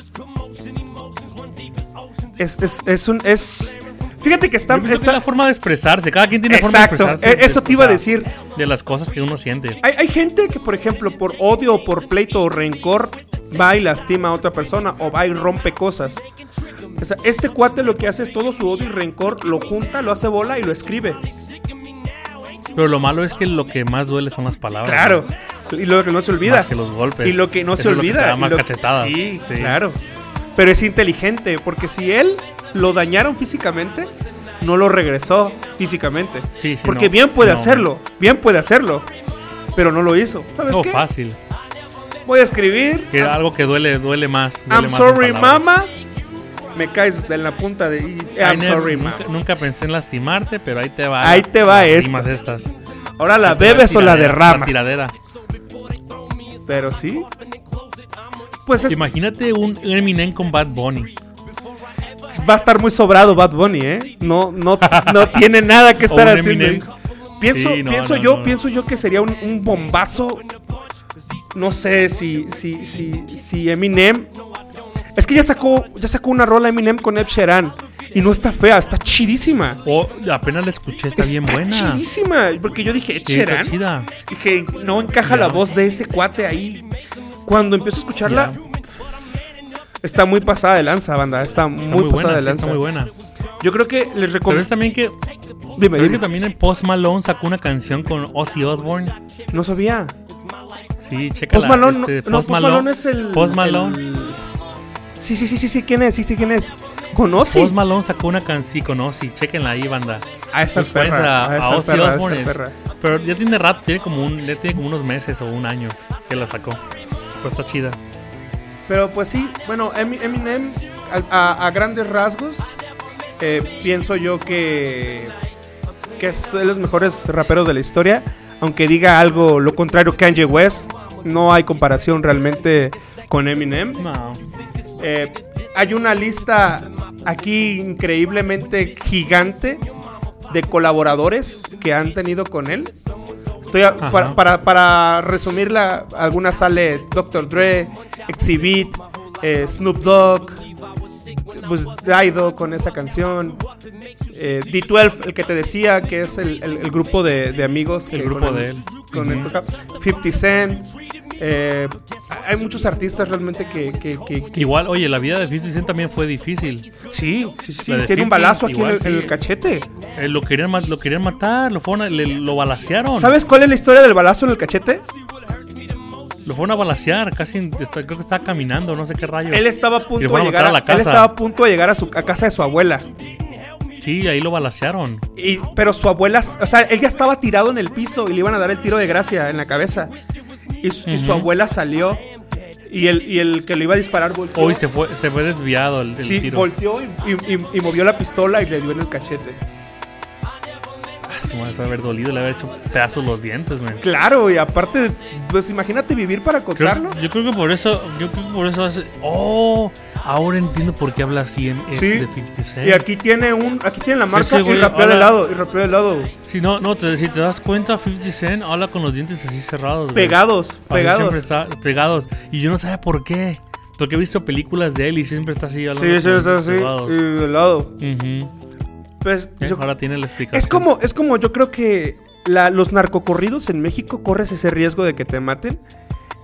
[SPEAKER 4] Es, es, es un. Es... Fíjate que está.
[SPEAKER 5] Yo pienso que
[SPEAKER 4] está-
[SPEAKER 5] es la forma de expresarse. Cada quien tiene
[SPEAKER 4] Exacto,
[SPEAKER 5] forma de expresarse.
[SPEAKER 4] e- eso te iba
[SPEAKER 5] o
[SPEAKER 4] a
[SPEAKER 5] sea,
[SPEAKER 4] decir.
[SPEAKER 5] De las cosas que uno siente.
[SPEAKER 4] hay, hay gente que, por ejemplo, por odio o por pleito o rencor, va y lastima a otra persona o va y rompe cosas. O sea, este cuate lo que hace es todo su odio y rencor, lo junta, lo hace bola y lo escribe.
[SPEAKER 5] Pero lo malo es que lo que más duele son las palabras.
[SPEAKER 4] Claro.
[SPEAKER 5] ¿no?
[SPEAKER 4] Y lo que no se olvida.
[SPEAKER 5] Ah. Más que los golpes.
[SPEAKER 4] Y lo que no
[SPEAKER 5] Pues, Eso
[SPEAKER 4] se
[SPEAKER 5] es lo que te
[SPEAKER 4] olvida.
[SPEAKER 5] da más
[SPEAKER 4] y lo-
[SPEAKER 5] cachetadas.
[SPEAKER 4] Sí,
[SPEAKER 5] Sí.
[SPEAKER 4] claro. Pero es inteligente, porque si él lo dañaron físicamente, no lo regresó físicamente.
[SPEAKER 5] Sí, sí,
[SPEAKER 4] porque
[SPEAKER 5] no,
[SPEAKER 4] bien puede
[SPEAKER 5] no.
[SPEAKER 4] hacerlo, bien puede hacerlo. Pero no lo hizo. ¿Sabes
[SPEAKER 5] Todo
[SPEAKER 4] qué?
[SPEAKER 5] fácil.
[SPEAKER 4] Voy a escribir.
[SPEAKER 5] Que algo que duele, duele más. duele
[SPEAKER 4] I'm
[SPEAKER 5] más en
[SPEAKER 4] sorry,
[SPEAKER 5] palabras.
[SPEAKER 4] mama. Me caes en la punta de. y-
[SPEAKER 5] Ay,
[SPEAKER 4] I'm
[SPEAKER 5] ne-
[SPEAKER 4] sorry, mama.
[SPEAKER 5] nunca, nunca pensé en lastimarte, pero ahí te va.
[SPEAKER 4] Ahí te va
[SPEAKER 5] las
[SPEAKER 4] esta.
[SPEAKER 5] rimas estas.
[SPEAKER 4] Ahora la
[SPEAKER 5] Ahí te va
[SPEAKER 4] bebes o la
[SPEAKER 5] tiradera,
[SPEAKER 4] derramas.
[SPEAKER 5] tiradera.
[SPEAKER 4] Pero sí. Pues es-
[SPEAKER 5] Imagínate un un Eminem con Bad Bunny.
[SPEAKER 4] va a estar muy sobrado Bad Bunny, ¿eh? No, no, no tiene nada que estar
[SPEAKER 5] O un
[SPEAKER 4] haciendo.
[SPEAKER 5] Eminem.
[SPEAKER 4] ahí. Pienso,
[SPEAKER 5] Sí, no,
[SPEAKER 4] pienso
[SPEAKER 5] no,
[SPEAKER 4] yo,
[SPEAKER 5] no.
[SPEAKER 4] pienso yo que sería un, un bombazo. No sé si, si, si, si Eminem. Es que ya sacó, ya sacó una rola Eminem con Ed Sheeran y no está fea, está chidísima.
[SPEAKER 5] O apenas la escuché, está, bien buena.
[SPEAKER 4] Chidísima, porque yo dije Ed
[SPEAKER 5] Sí, está
[SPEAKER 4] Sheeran.
[SPEAKER 5] chida.
[SPEAKER 4] Dije, no encaja la
[SPEAKER 5] Ya.
[SPEAKER 4] voz de ese cuate ahí. Cuando empiezo a escucharla,
[SPEAKER 5] Ya.
[SPEAKER 4] está muy pasada de lanza, banda. Está muy,
[SPEAKER 5] Está muy,
[SPEAKER 4] pasada
[SPEAKER 5] buena,
[SPEAKER 4] de
[SPEAKER 5] sí,
[SPEAKER 4] lanza.
[SPEAKER 5] está muy buena.
[SPEAKER 4] Yo creo que les
[SPEAKER 5] ¿Sabes
[SPEAKER 4] recomiendo.
[SPEAKER 5] también que,
[SPEAKER 4] Dime,
[SPEAKER 5] ¿sabes
[SPEAKER 4] dime.
[SPEAKER 5] que también en Post Malone sacó una canción con Ozzy Osbourne?
[SPEAKER 4] No sabía.
[SPEAKER 5] Sí, checa
[SPEAKER 4] Post Malone, no- no, Post Malone es el.
[SPEAKER 5] este, Post Malone,
[SPEAKER 4] el- Sí, sí, sí, sí, sí, ¿quién es? Sí, sí, ¿quién es? ¿Conoce?
[SPEAKER 5] Post Malone sacó una canción con Ozzy. Chequenla ahí, banda.
[SPEAKER 4] A esta
[SPEAKER 5] Pues, pues,
[SPEAKER 4] perra.
[SPEAKER 5] a,
[SPEAKER 4] A
[SPEAKER 5] a
[SPEAKER 4] esta
[SPEAKER 5] Ozzy
[SPEAKER 4] perra. a
[SPEAKER 5] Osbourne.
[SPEAKER 4] esta perra.
[SPEAKER 5] Pero ya tiene rato, tiene como, un, ya tiene como unos meses o un año que la sacó. Pero está chida.
[SPEAKER 4] Pero pues sí, bueno, Emi- Eminem, a, a- a grandes rasgos, eh, pienso yo que, que es de los mejores raperos de la historia. Aunque diga algo lo contrario que Kanye West, no hay comparación realmente con Eminem.
[SPEAKER 5] No.
[SPEAKER 4] Eh, hay una lista aquí increíblemente gigante de colaboradores que han tenido con él. Estoy a-
[SPEAKER 5] Ajá.
[SPEAKER 4] para, para, para resumirla, algunas sale Dr. Dre, Exhibit, eh, Snoop Dogg, pues Daido con esa canción, eh, D12, el que te decía, que es el, el- el grupo de, de amigos.
[SPEAKER 5] El
[SPEAKER 4] que
[SPEAKER 5] grupo
[SPEAKER 4] con
[SPEAKER 5] de él.
[SPEAKER 4] Con él
[SPEAKER 5] Ujú.
[SPEAKER 4] toca. 50 Cent. eh, hay muchos artistas realmente que, que- que- que-
[SPEAKER 5] Igual, oye, la vida de 50 Cent también fue difícil.
[SPEAKER 4] Sí, sí, sí.
[SPEAKER 5] La de
[SPEAKER 4] Tiene un
[SPEAKER 5] 50
[SPEAKER 4] balazo aquí en
[SPEAKER 5] igual,
[SPEAKER 4] el, en el
[SPEAKER 5] sí.
[SPEAKER 4] cachete.
[SPEAKER 5] Eh, lo, querían, ma- lo querían matar, lo, fueron a- le- lo balacearon.
[SPEAKER 4] ¿Sabes cuál es la historia del balazo en el cachete?
[SPEAKER 5] Lo fueron a balacear, casi en- está- creo que estaba caminando, no sé qué rayo.
[SPEAKER 4] Él estaba a
[SPEAKER 5] Y lo
[SPEAKER 4] punto de
[SPEAKER 5] fueron a
[SPEAKER 4] llegar
[SPEAKER 5] matar
[SPEAKER 4] a,
[SPEAKER 5] a la
[SPEAKER 4] él
[SPEAKER 5] casa.
[SPEAKER 4] estaba a punto de llegar a su a casa de su abuela.
[SPEAKER 5] Sí, ahí lo balacearon.
[SPEAKER 4] Y- pero su abuela, o sea, él ya estaba tirado en el piso y le iban a dar el tiro de gracia en la cabeza. Y, su- y su
[SPEAKER 5] Ujú.
[SPEAKER 4] abuela salió y el, y el que lo iba a disparar volteó.
[SPEAKER 5] Hoy se fue, se fue desviado el, el
[SPEAKER 4] sí,
[SPEAKER 5] tiro.
[SPEAKER 4] volteó y, y- y- y movió la pistola y le dio en el cachete.
[SPEAKER 5] Ah, su madre, se va a haber dolido, le haber hecho pedazos los dientes, man.
[SPEAKER 4] Claro, y aparte, pues imagínate vivir para contarlo.
[SPEAKER 5] Creo- yo creo que por eso, yo creo que por eso hace. Oh, ahora entiendo por qué habla así en es
[SPEAKER 4] Sí.
[SPEAKER 5] de 50 Cent.
[SPEAKER 4] Y aquí tiene un, aquí tiene la marca
[SPEAKER 5] Ese
[SPEAKER 4] y
[SPEAKER 5] güey
[SPEAKER 4] rapeó de
[SPEAKER 5] habla-
[SPEAKER 4] lado, y rapeó de lado.
[SPEAKER 5] Si no, no, te, si te das cuenta, 50 Cent habla con los dientes así cerrados. güey.
[SPEAKER 4] Pegados,
[SPEAKER 5] Así siempre
[SPEAKER 4] pegados.
[SPEAKER 5] está- pegados. Y yo no sabía por qué. Porque he visto películas de él y siempre está así hablando.
[SPEAKER 4] Sí, sí,
[SPEAKER 5] con los
[SPEAKER 4] sí,
[SPEAKER 5] dientes
[SPEAKER 4] sí,
[SPEAKER 5] pegados.
[SPEAKER 4] y de lado.
[SPEAKER 5] Ujú.
[SPEAKER 4] Pues
[SPEAKER 5] Eh,
[SPEAKER 4] yo-
[SPEAKER 5] Ahora tiene la explicación.
[SPEAKER 4] Es como, es como yo creo que la- los narcocorridos en México corres ese riesgo de que te maten.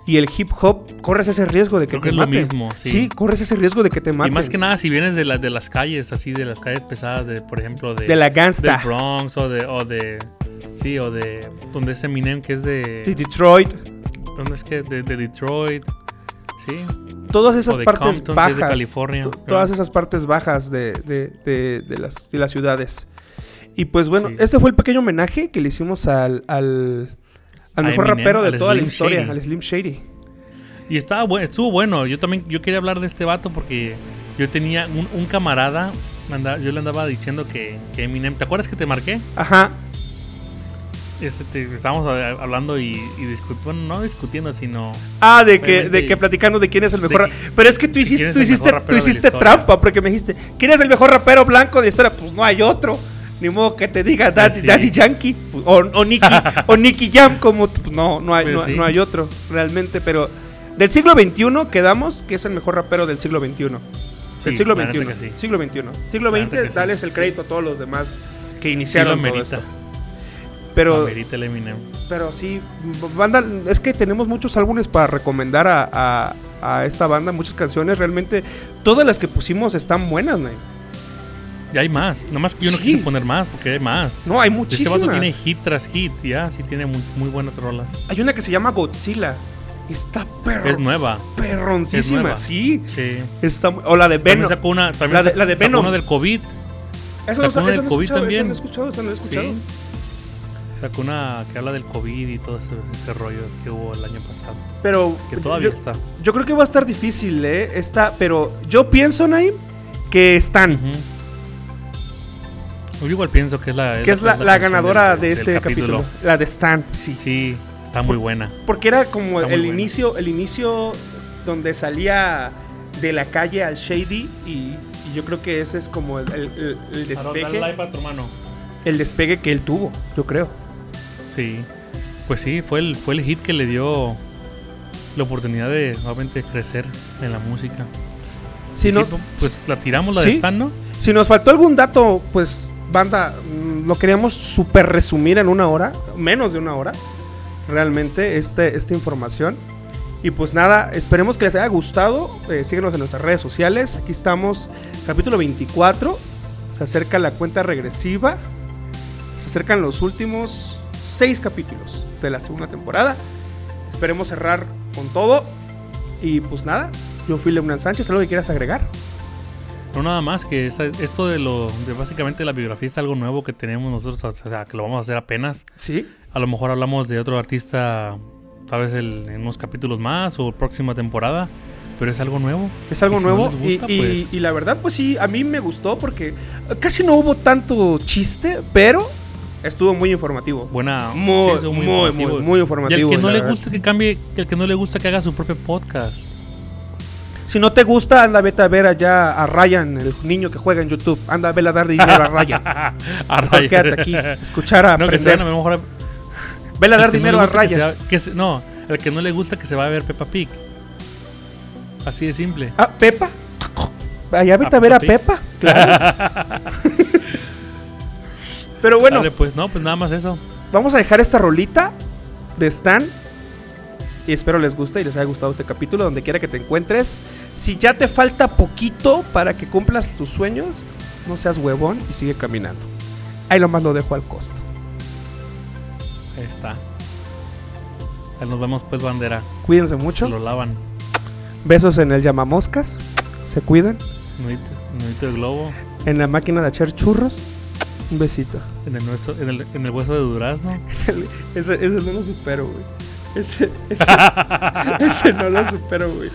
[SPEAKER 4] Y el hip hop corres ese riesgo de que
[SPEAKER 5] Creo
[SPEAKER 4] te
[SPEAKER 5] que es lo
[SPEAKER 4] maten.
[SPEAKER 5] mismo, sí.
[SPEAKER 4] corres ese riesgo de que te
[SPEAKER 5] Y
[SPEAKER 4] maten.
[SPEAKER 5] más que nada, si vienes de, la- de las calles, así, de las calles pesadas, de por ejemplo, de,
[SPEAKER 4] De la
[SPEAKER 5] del
[SPEAKER 4] gangsta.
[SPEAKER 5] Bronx o de, o de. Sí, o de. Donde es Eminem, que es de.
[SPEAKER 4] De Detroit.
[SPEAKER 5] ¿Dónde es que? De, de Detroit. Sí.
[SPEAKER 4] Todas esas
[SPEAKER 5] O de
[SPEAKER 4] partes
[SPEAKER 5] Compton, si
[SPEAKER 4] bajas.
[SPEAKER 5] es de California.
[SPEAKER 4] to- Todas esas partes bajas de, de- de- de las, de las ciudades. Y pues bueno,
[SPEAKER 5] Sí.
[SPEAKER 4] este fue el pequeño homenaje que le hicimos al, al, al
[SPEAKER 5] A
[SPEAKER 4] mejor
[SPEAKER 5] Eminem,
[SPEAKER 4] rapero de
[SPEAKER 5] al
[SPEAKER 4] toda la
[SPEAKER 5] Slim
[SPEAKER 4] historia,
[SPEAKER 5] Shady.
[SPEAKER 4] al Slim Shady.
[SPEAKER 5] Y estaba bueno, estuvo bueno. Yo también yo quería hablar de este vato porque yo tenía un, un camarada. anda- yo le andaba diciendo que, que Eminem. ¿Te acuerdas que te marqué?
[SPEAKER 4] Ajá.
[SPEAKER 5] Este, te- estábamos a- hablando y, y discu- bueno, no discutiendo, sino.
[SPEAKER 4] Ah, de que,
[SPEAKER 5] Obviamente.
[SPEAKER 4] de que platicando de quién es el mejor.
[SPEAKER 5] De-
[SPEAKER 4] ra- pero es que tú
[SPEAKER 5] de quién
[SPEAKER 4] hiciste,
[SPEAKER 5] es
[SPEAKER 4] tú
[SPEAKER 5] el
[SPEAKER 4] hiciste,
[SPEAKER 5] mejor rapero
[SPEAKER 4] tú
[SPEAKER 5] de la
[SPEAKER 4] hiciste
[SPEAKER 5] historia.
[SPEAKER 4] trampa porque me dijiste, ¿quién es el mejor rapero blanco de la historia? Pues no hay otro. Ni modo que te diga Daddy,
[SPEAKER 5] sí.
[SPEAKER 4] Daddy Yankee pues, o, o Nicky o Nicky Jam como t- pues, no no hay
[SPEAKER 5] Pues
[SPEAKER 4] no,
[SPEAKER 5] sí.
[SPEAKER 4] no hay otro realmente pero del siglo XXI quedamos que es el mejor rapero del siglo XXI del
[SPEAKER 5] Sí,
[SPEAKER 4] siglo
[SPEAKER 5] la neta
[SPEAKER 4] XXI
[SPEAKER 5] que sí.
[SPEAKER 4] siglo XXI siglo
[SPEAKER 5] La neta que
[SPEAKER 4] XX
[SPEAKER 5] sí.
[SPEAKER 4] dales el crédito a todos los demás que
[SPEAKER 5] Sí, lo
[SPEAKER 4] iniciaron todo
[SPEAKER 5] amerita.
[SPEAKER 4] esto pero
[SPEAKER 5] lo amerita el Eminem.
[SPEAKER 4] pero sí, banda, es que tenemos muchos álbumes para recomendar a, a- a esta banda, muchas canciones. Realmente, todas las que pusimos están buenas, güey.
[SPEAKER 5] Y hay más. Nomás que yo no
[SPEAKER 4] Sí.
[SPEAKER 5] quise poner más porque hay más.
[SPEAKER 4] No, hay
[SPEAKER 5] Este vato
[SPEAKER 4] muchísimas.
[SPEAKER 5] tiene hit tras hit, ya. Sí, tiene muy, muy buenas rolas.
[SPEAKER 4] Hay una que se llama Godzilla. Está perro,
[SPEAKER 5] Es nueva.
[SPEAKER 4] perroncísima,
[SPEAKER 5] Es nueva.
[SPEAKER 4] sí.
[SPEAKER 5] Sí.
[SPEAKER 4] Está, mu- o la de
[SPEAKER 5] También
[SPEAKER 4] Venom.
[SPEAKER 5] sacó una, también
[SPEAKER 4] La de-
[SPEAKER 5] sacó-
[SPEAKER 4] la de
[SPEAKER 5] sacó
[SPEAKER 4] Venom.
[SPEAKER 5] una del COVID.
[SPEAKER 4] Eso no,
[SPEAKER 5] sacó una
[SPEAKER 4] eso
[SPEAKER 5] del
[SPEAKER 4] no he
[SPEAKER 5] COVID
[SPEAKER 4] escuchado, eso no he
[SPEAKER 5] también.
[SPEAKER 4] escuchado, eso no he escuchado.
[SPEAKER 5] Sí. Sacó una que habla del COVID y todo ese, ese rollo que hubo el año pasado.
[SPEAKER 4] Pero
[SPEAKER 5] Que todavía
[SPEAKER 4] yo,
[SPEAKER 5] está.
[SPEAKER 4] yo creo que va a estar difícil, ¿eh? Está, pero yo pienso, Naim, que están.
[SPEAKER 5] Ujú. Yo igual pienso que es la,
[SPEAKER 4] Que es la,
[SPEAKER 5] es la
[SPEAKER 4] la
[SPEAKER 5] canción
[SPEAKER 4] ganadora
[SPEAKER 5] del-
[SPEAKER 4] de
[SPEAKER 5] del
[SPEAKER 4] este capítulo. La de Stan, sí.
[SPEAKER 5] Sí, está muy buena.
[SPEAKER 4] Porque era como
[SPEAKER 5] Está muy
[SPEAKER 4] el
[SPEAKER 5] buena.
[SPEAKER 4] inicio, el inicio donde salía de la calle al Shady y, y yo creo que ese es como el, el- el- el despegue,
[SPEAKER 5] tu hermano.
[SPEAKER 4] el despegue que él tuvo, yo creo.
[SPEAKER 5] Sí. Pues sí, fue el, fue el hit que le dio la oportunidad de nuevamente crecer en la música.
[SPEAKER 4] Si,
[SPEAKER 5] Y
[SPEAKER 4] no,
[SPEAKER 5] sí, pues la tiramos la
[SPEAKER 4] Sí.
[SPEAKER 5] de Stan, ¿no?
[SPEAKER 4] si nos faltó algún dato, pues banda, mm, lo queríamos super resumir en una hora, menos de una hora, realmente este, esta información. Y pues nada, esperemos que les haya gustado. eh, síguenos en nuestras redes sociales. Aquí estamos, capítulo 24. Se acerca la cuenta regresiva. Se acercan los últimos seis capítulos de la segunda temporada. Esperemos cerrar con todo. Y pues nada, yo fui Leonel Sánchez. ¿Algo que quieras agregar?
[SPEAKER 5] No nada más que esta- esto de lo de básicamente la biografía es algo nuevo que tenemos nosotros, o sea, que lo vamos a hacer apenas.
[SPEAKER 4] Sí.
[SPEAKER 5] A lo mejor hablamos de otro artista, tal vez el- en unos capítulos más o próxima temporada, pero es algo nuevo.
[SPEAKER 4] Es algo
[SPEAKER 5] Y si no
[SPEAKER 4] nuevo
[SPEAKER 5] les gusta,
[SPEAKER 4] y, y-
[SPEAKER 5] pues-
[SPEAKER 4] y la verdad pues sí, a mí me gustó porque casi no hubo tanto chiste, pero estuvo muy informativo.
[SPEAKER 5] Buena,
[SPEAKER 4] Muy,
[SPEAKER 5] sí, es muy
[SPEAKER 4] muy,
[SPEAKER 5] informativo.
[SPEAKER 4] muy, muy
[SPEAKER 5] Y
[SPEAKER 4] informativo,
[SPEAKER 5] al que no
[SPEAKER 4] la
[SPEAKER 5] le
[SPEAKER 4] verdad.
[SPEAKER 5] gusta que cambie, el que no le gusta que haga su propio podcast.
[SPEAKER 4] Si no te gusta, anda vete a ver allá a Ryan, el niño que juega en YouTube. Anda a verle a dar dinero a Ryan.
[SPEAKER 5] a
[SPEAKER 4] Mejor Ah, Quédate aquí, escuchar a
[SPEAKER 5] No, que
[SPEAKER 4] aprender.
[SPEAKER 5] se van a mejor.
[SPEAKER 4] Vele a
[SPEAKER 5] el
[SPEAKER 4] dar
[SPEAKER 5] que no
[SPEAKER 4] dinero
[SPEAKER 5] le
[SPEAKER 4] a
[SPEAKER 5] gusta que
[SPEAKER 4] Ryan.
[SPEAKER 5] se va- que se- no, el que no le gusta que se va a ver Peppa Pig. Así de simple.
[SPEAKER 4] Ah, Pepa. Allá vete
[SPEAKER 5] ¿A
[SPEAKER 4] a ver a
[SPEAKER 5] Peppa
[SPEAKER 4] Pepa. Claro. Pero bueno,
[SPEAKER 5] Dale, pues no, pues nada más eso.
[SPEAKER 4] vamos a dejar esta rolita de Stan. Y espero les guste y les haya gustado este capítulo, donde quiera que te encuentres. Si ya te falta poquito para que cumplas tus sueños, no seas huevón y sigue caminando. Ahí lo más lo dejo al costo.
[SPEAKER 5] Ahí está. Ahí nos vemos, pues, bandera.
[SPEAKER 4] Cuídense
[SPEAKER 5] Se
[SPEAKER 4] mucho.
[SPEAKER 5] lo lavan.
[SPEAKER 4] Besos en el llamamoscas. Se cuidan.
[SPEAKER 5] Nudito, nudito de globo.
[SPEAKER 4] En la máquina de hacer churros. Un besito.
[SPEAKER 5] En el, hueso, en, el, en el hueso de durazno.
[SPEAKER 4] Ese, ese no lo supero, güey. Ese, ese, ese no lo supero, güey.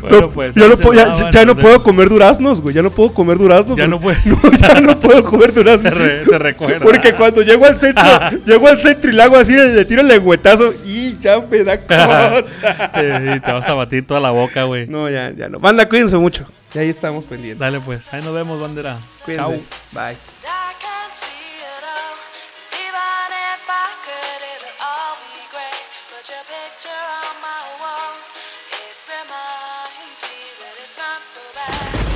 [SPEAKER 5] Bueno, pues.
[SPEAKER 4] ya
[SPEAKER 5] ahí
[SPEAKER 4] no
[SPEAKER 5] se
[SPEAKER 4] puedo- ya-
[SPEAKER 5] lavan,
[SPEAKER 4] ya no
[SPEAKER 5] se-
[SPEAKER 4] puedo comer duraznos, güey. Ya no puedo comer duraznos.
[SPEAKER 5] Ya no
[SPEAKER 4] güey.
[SPEAKER 5] puedo.
[SPEAKER 4] ya no puedo comer
[SPEAKER 5] te,
[SPEAKER 4] duraznos.
[SPEAKER 5] re- Ah. te recuerdo.
[SPEAKER 4] Porque cuando llego al centro, llego al centro y le hago así, le tiro el lengüetazo y ya me da cosa.
[SPEAKER 5] Eh, y te vas a batir toda la boca, güey.
[SPEAKER 4] no, ya, ya no. Banda, cuídense mucho. Y ahí estamos pendientes.
[SPEAKER 5] Dale, pues. Ahí nos vemos, bandera.
[SPEAKER 4] Cuídense.
[SPEAKER 5] Chao.
[SPEAKER 4] Bye.
[SPEAKER 9] I can't see it all. Even if I could, it would all be great. Put your picture on my wall. It reminds me that it's not so bad.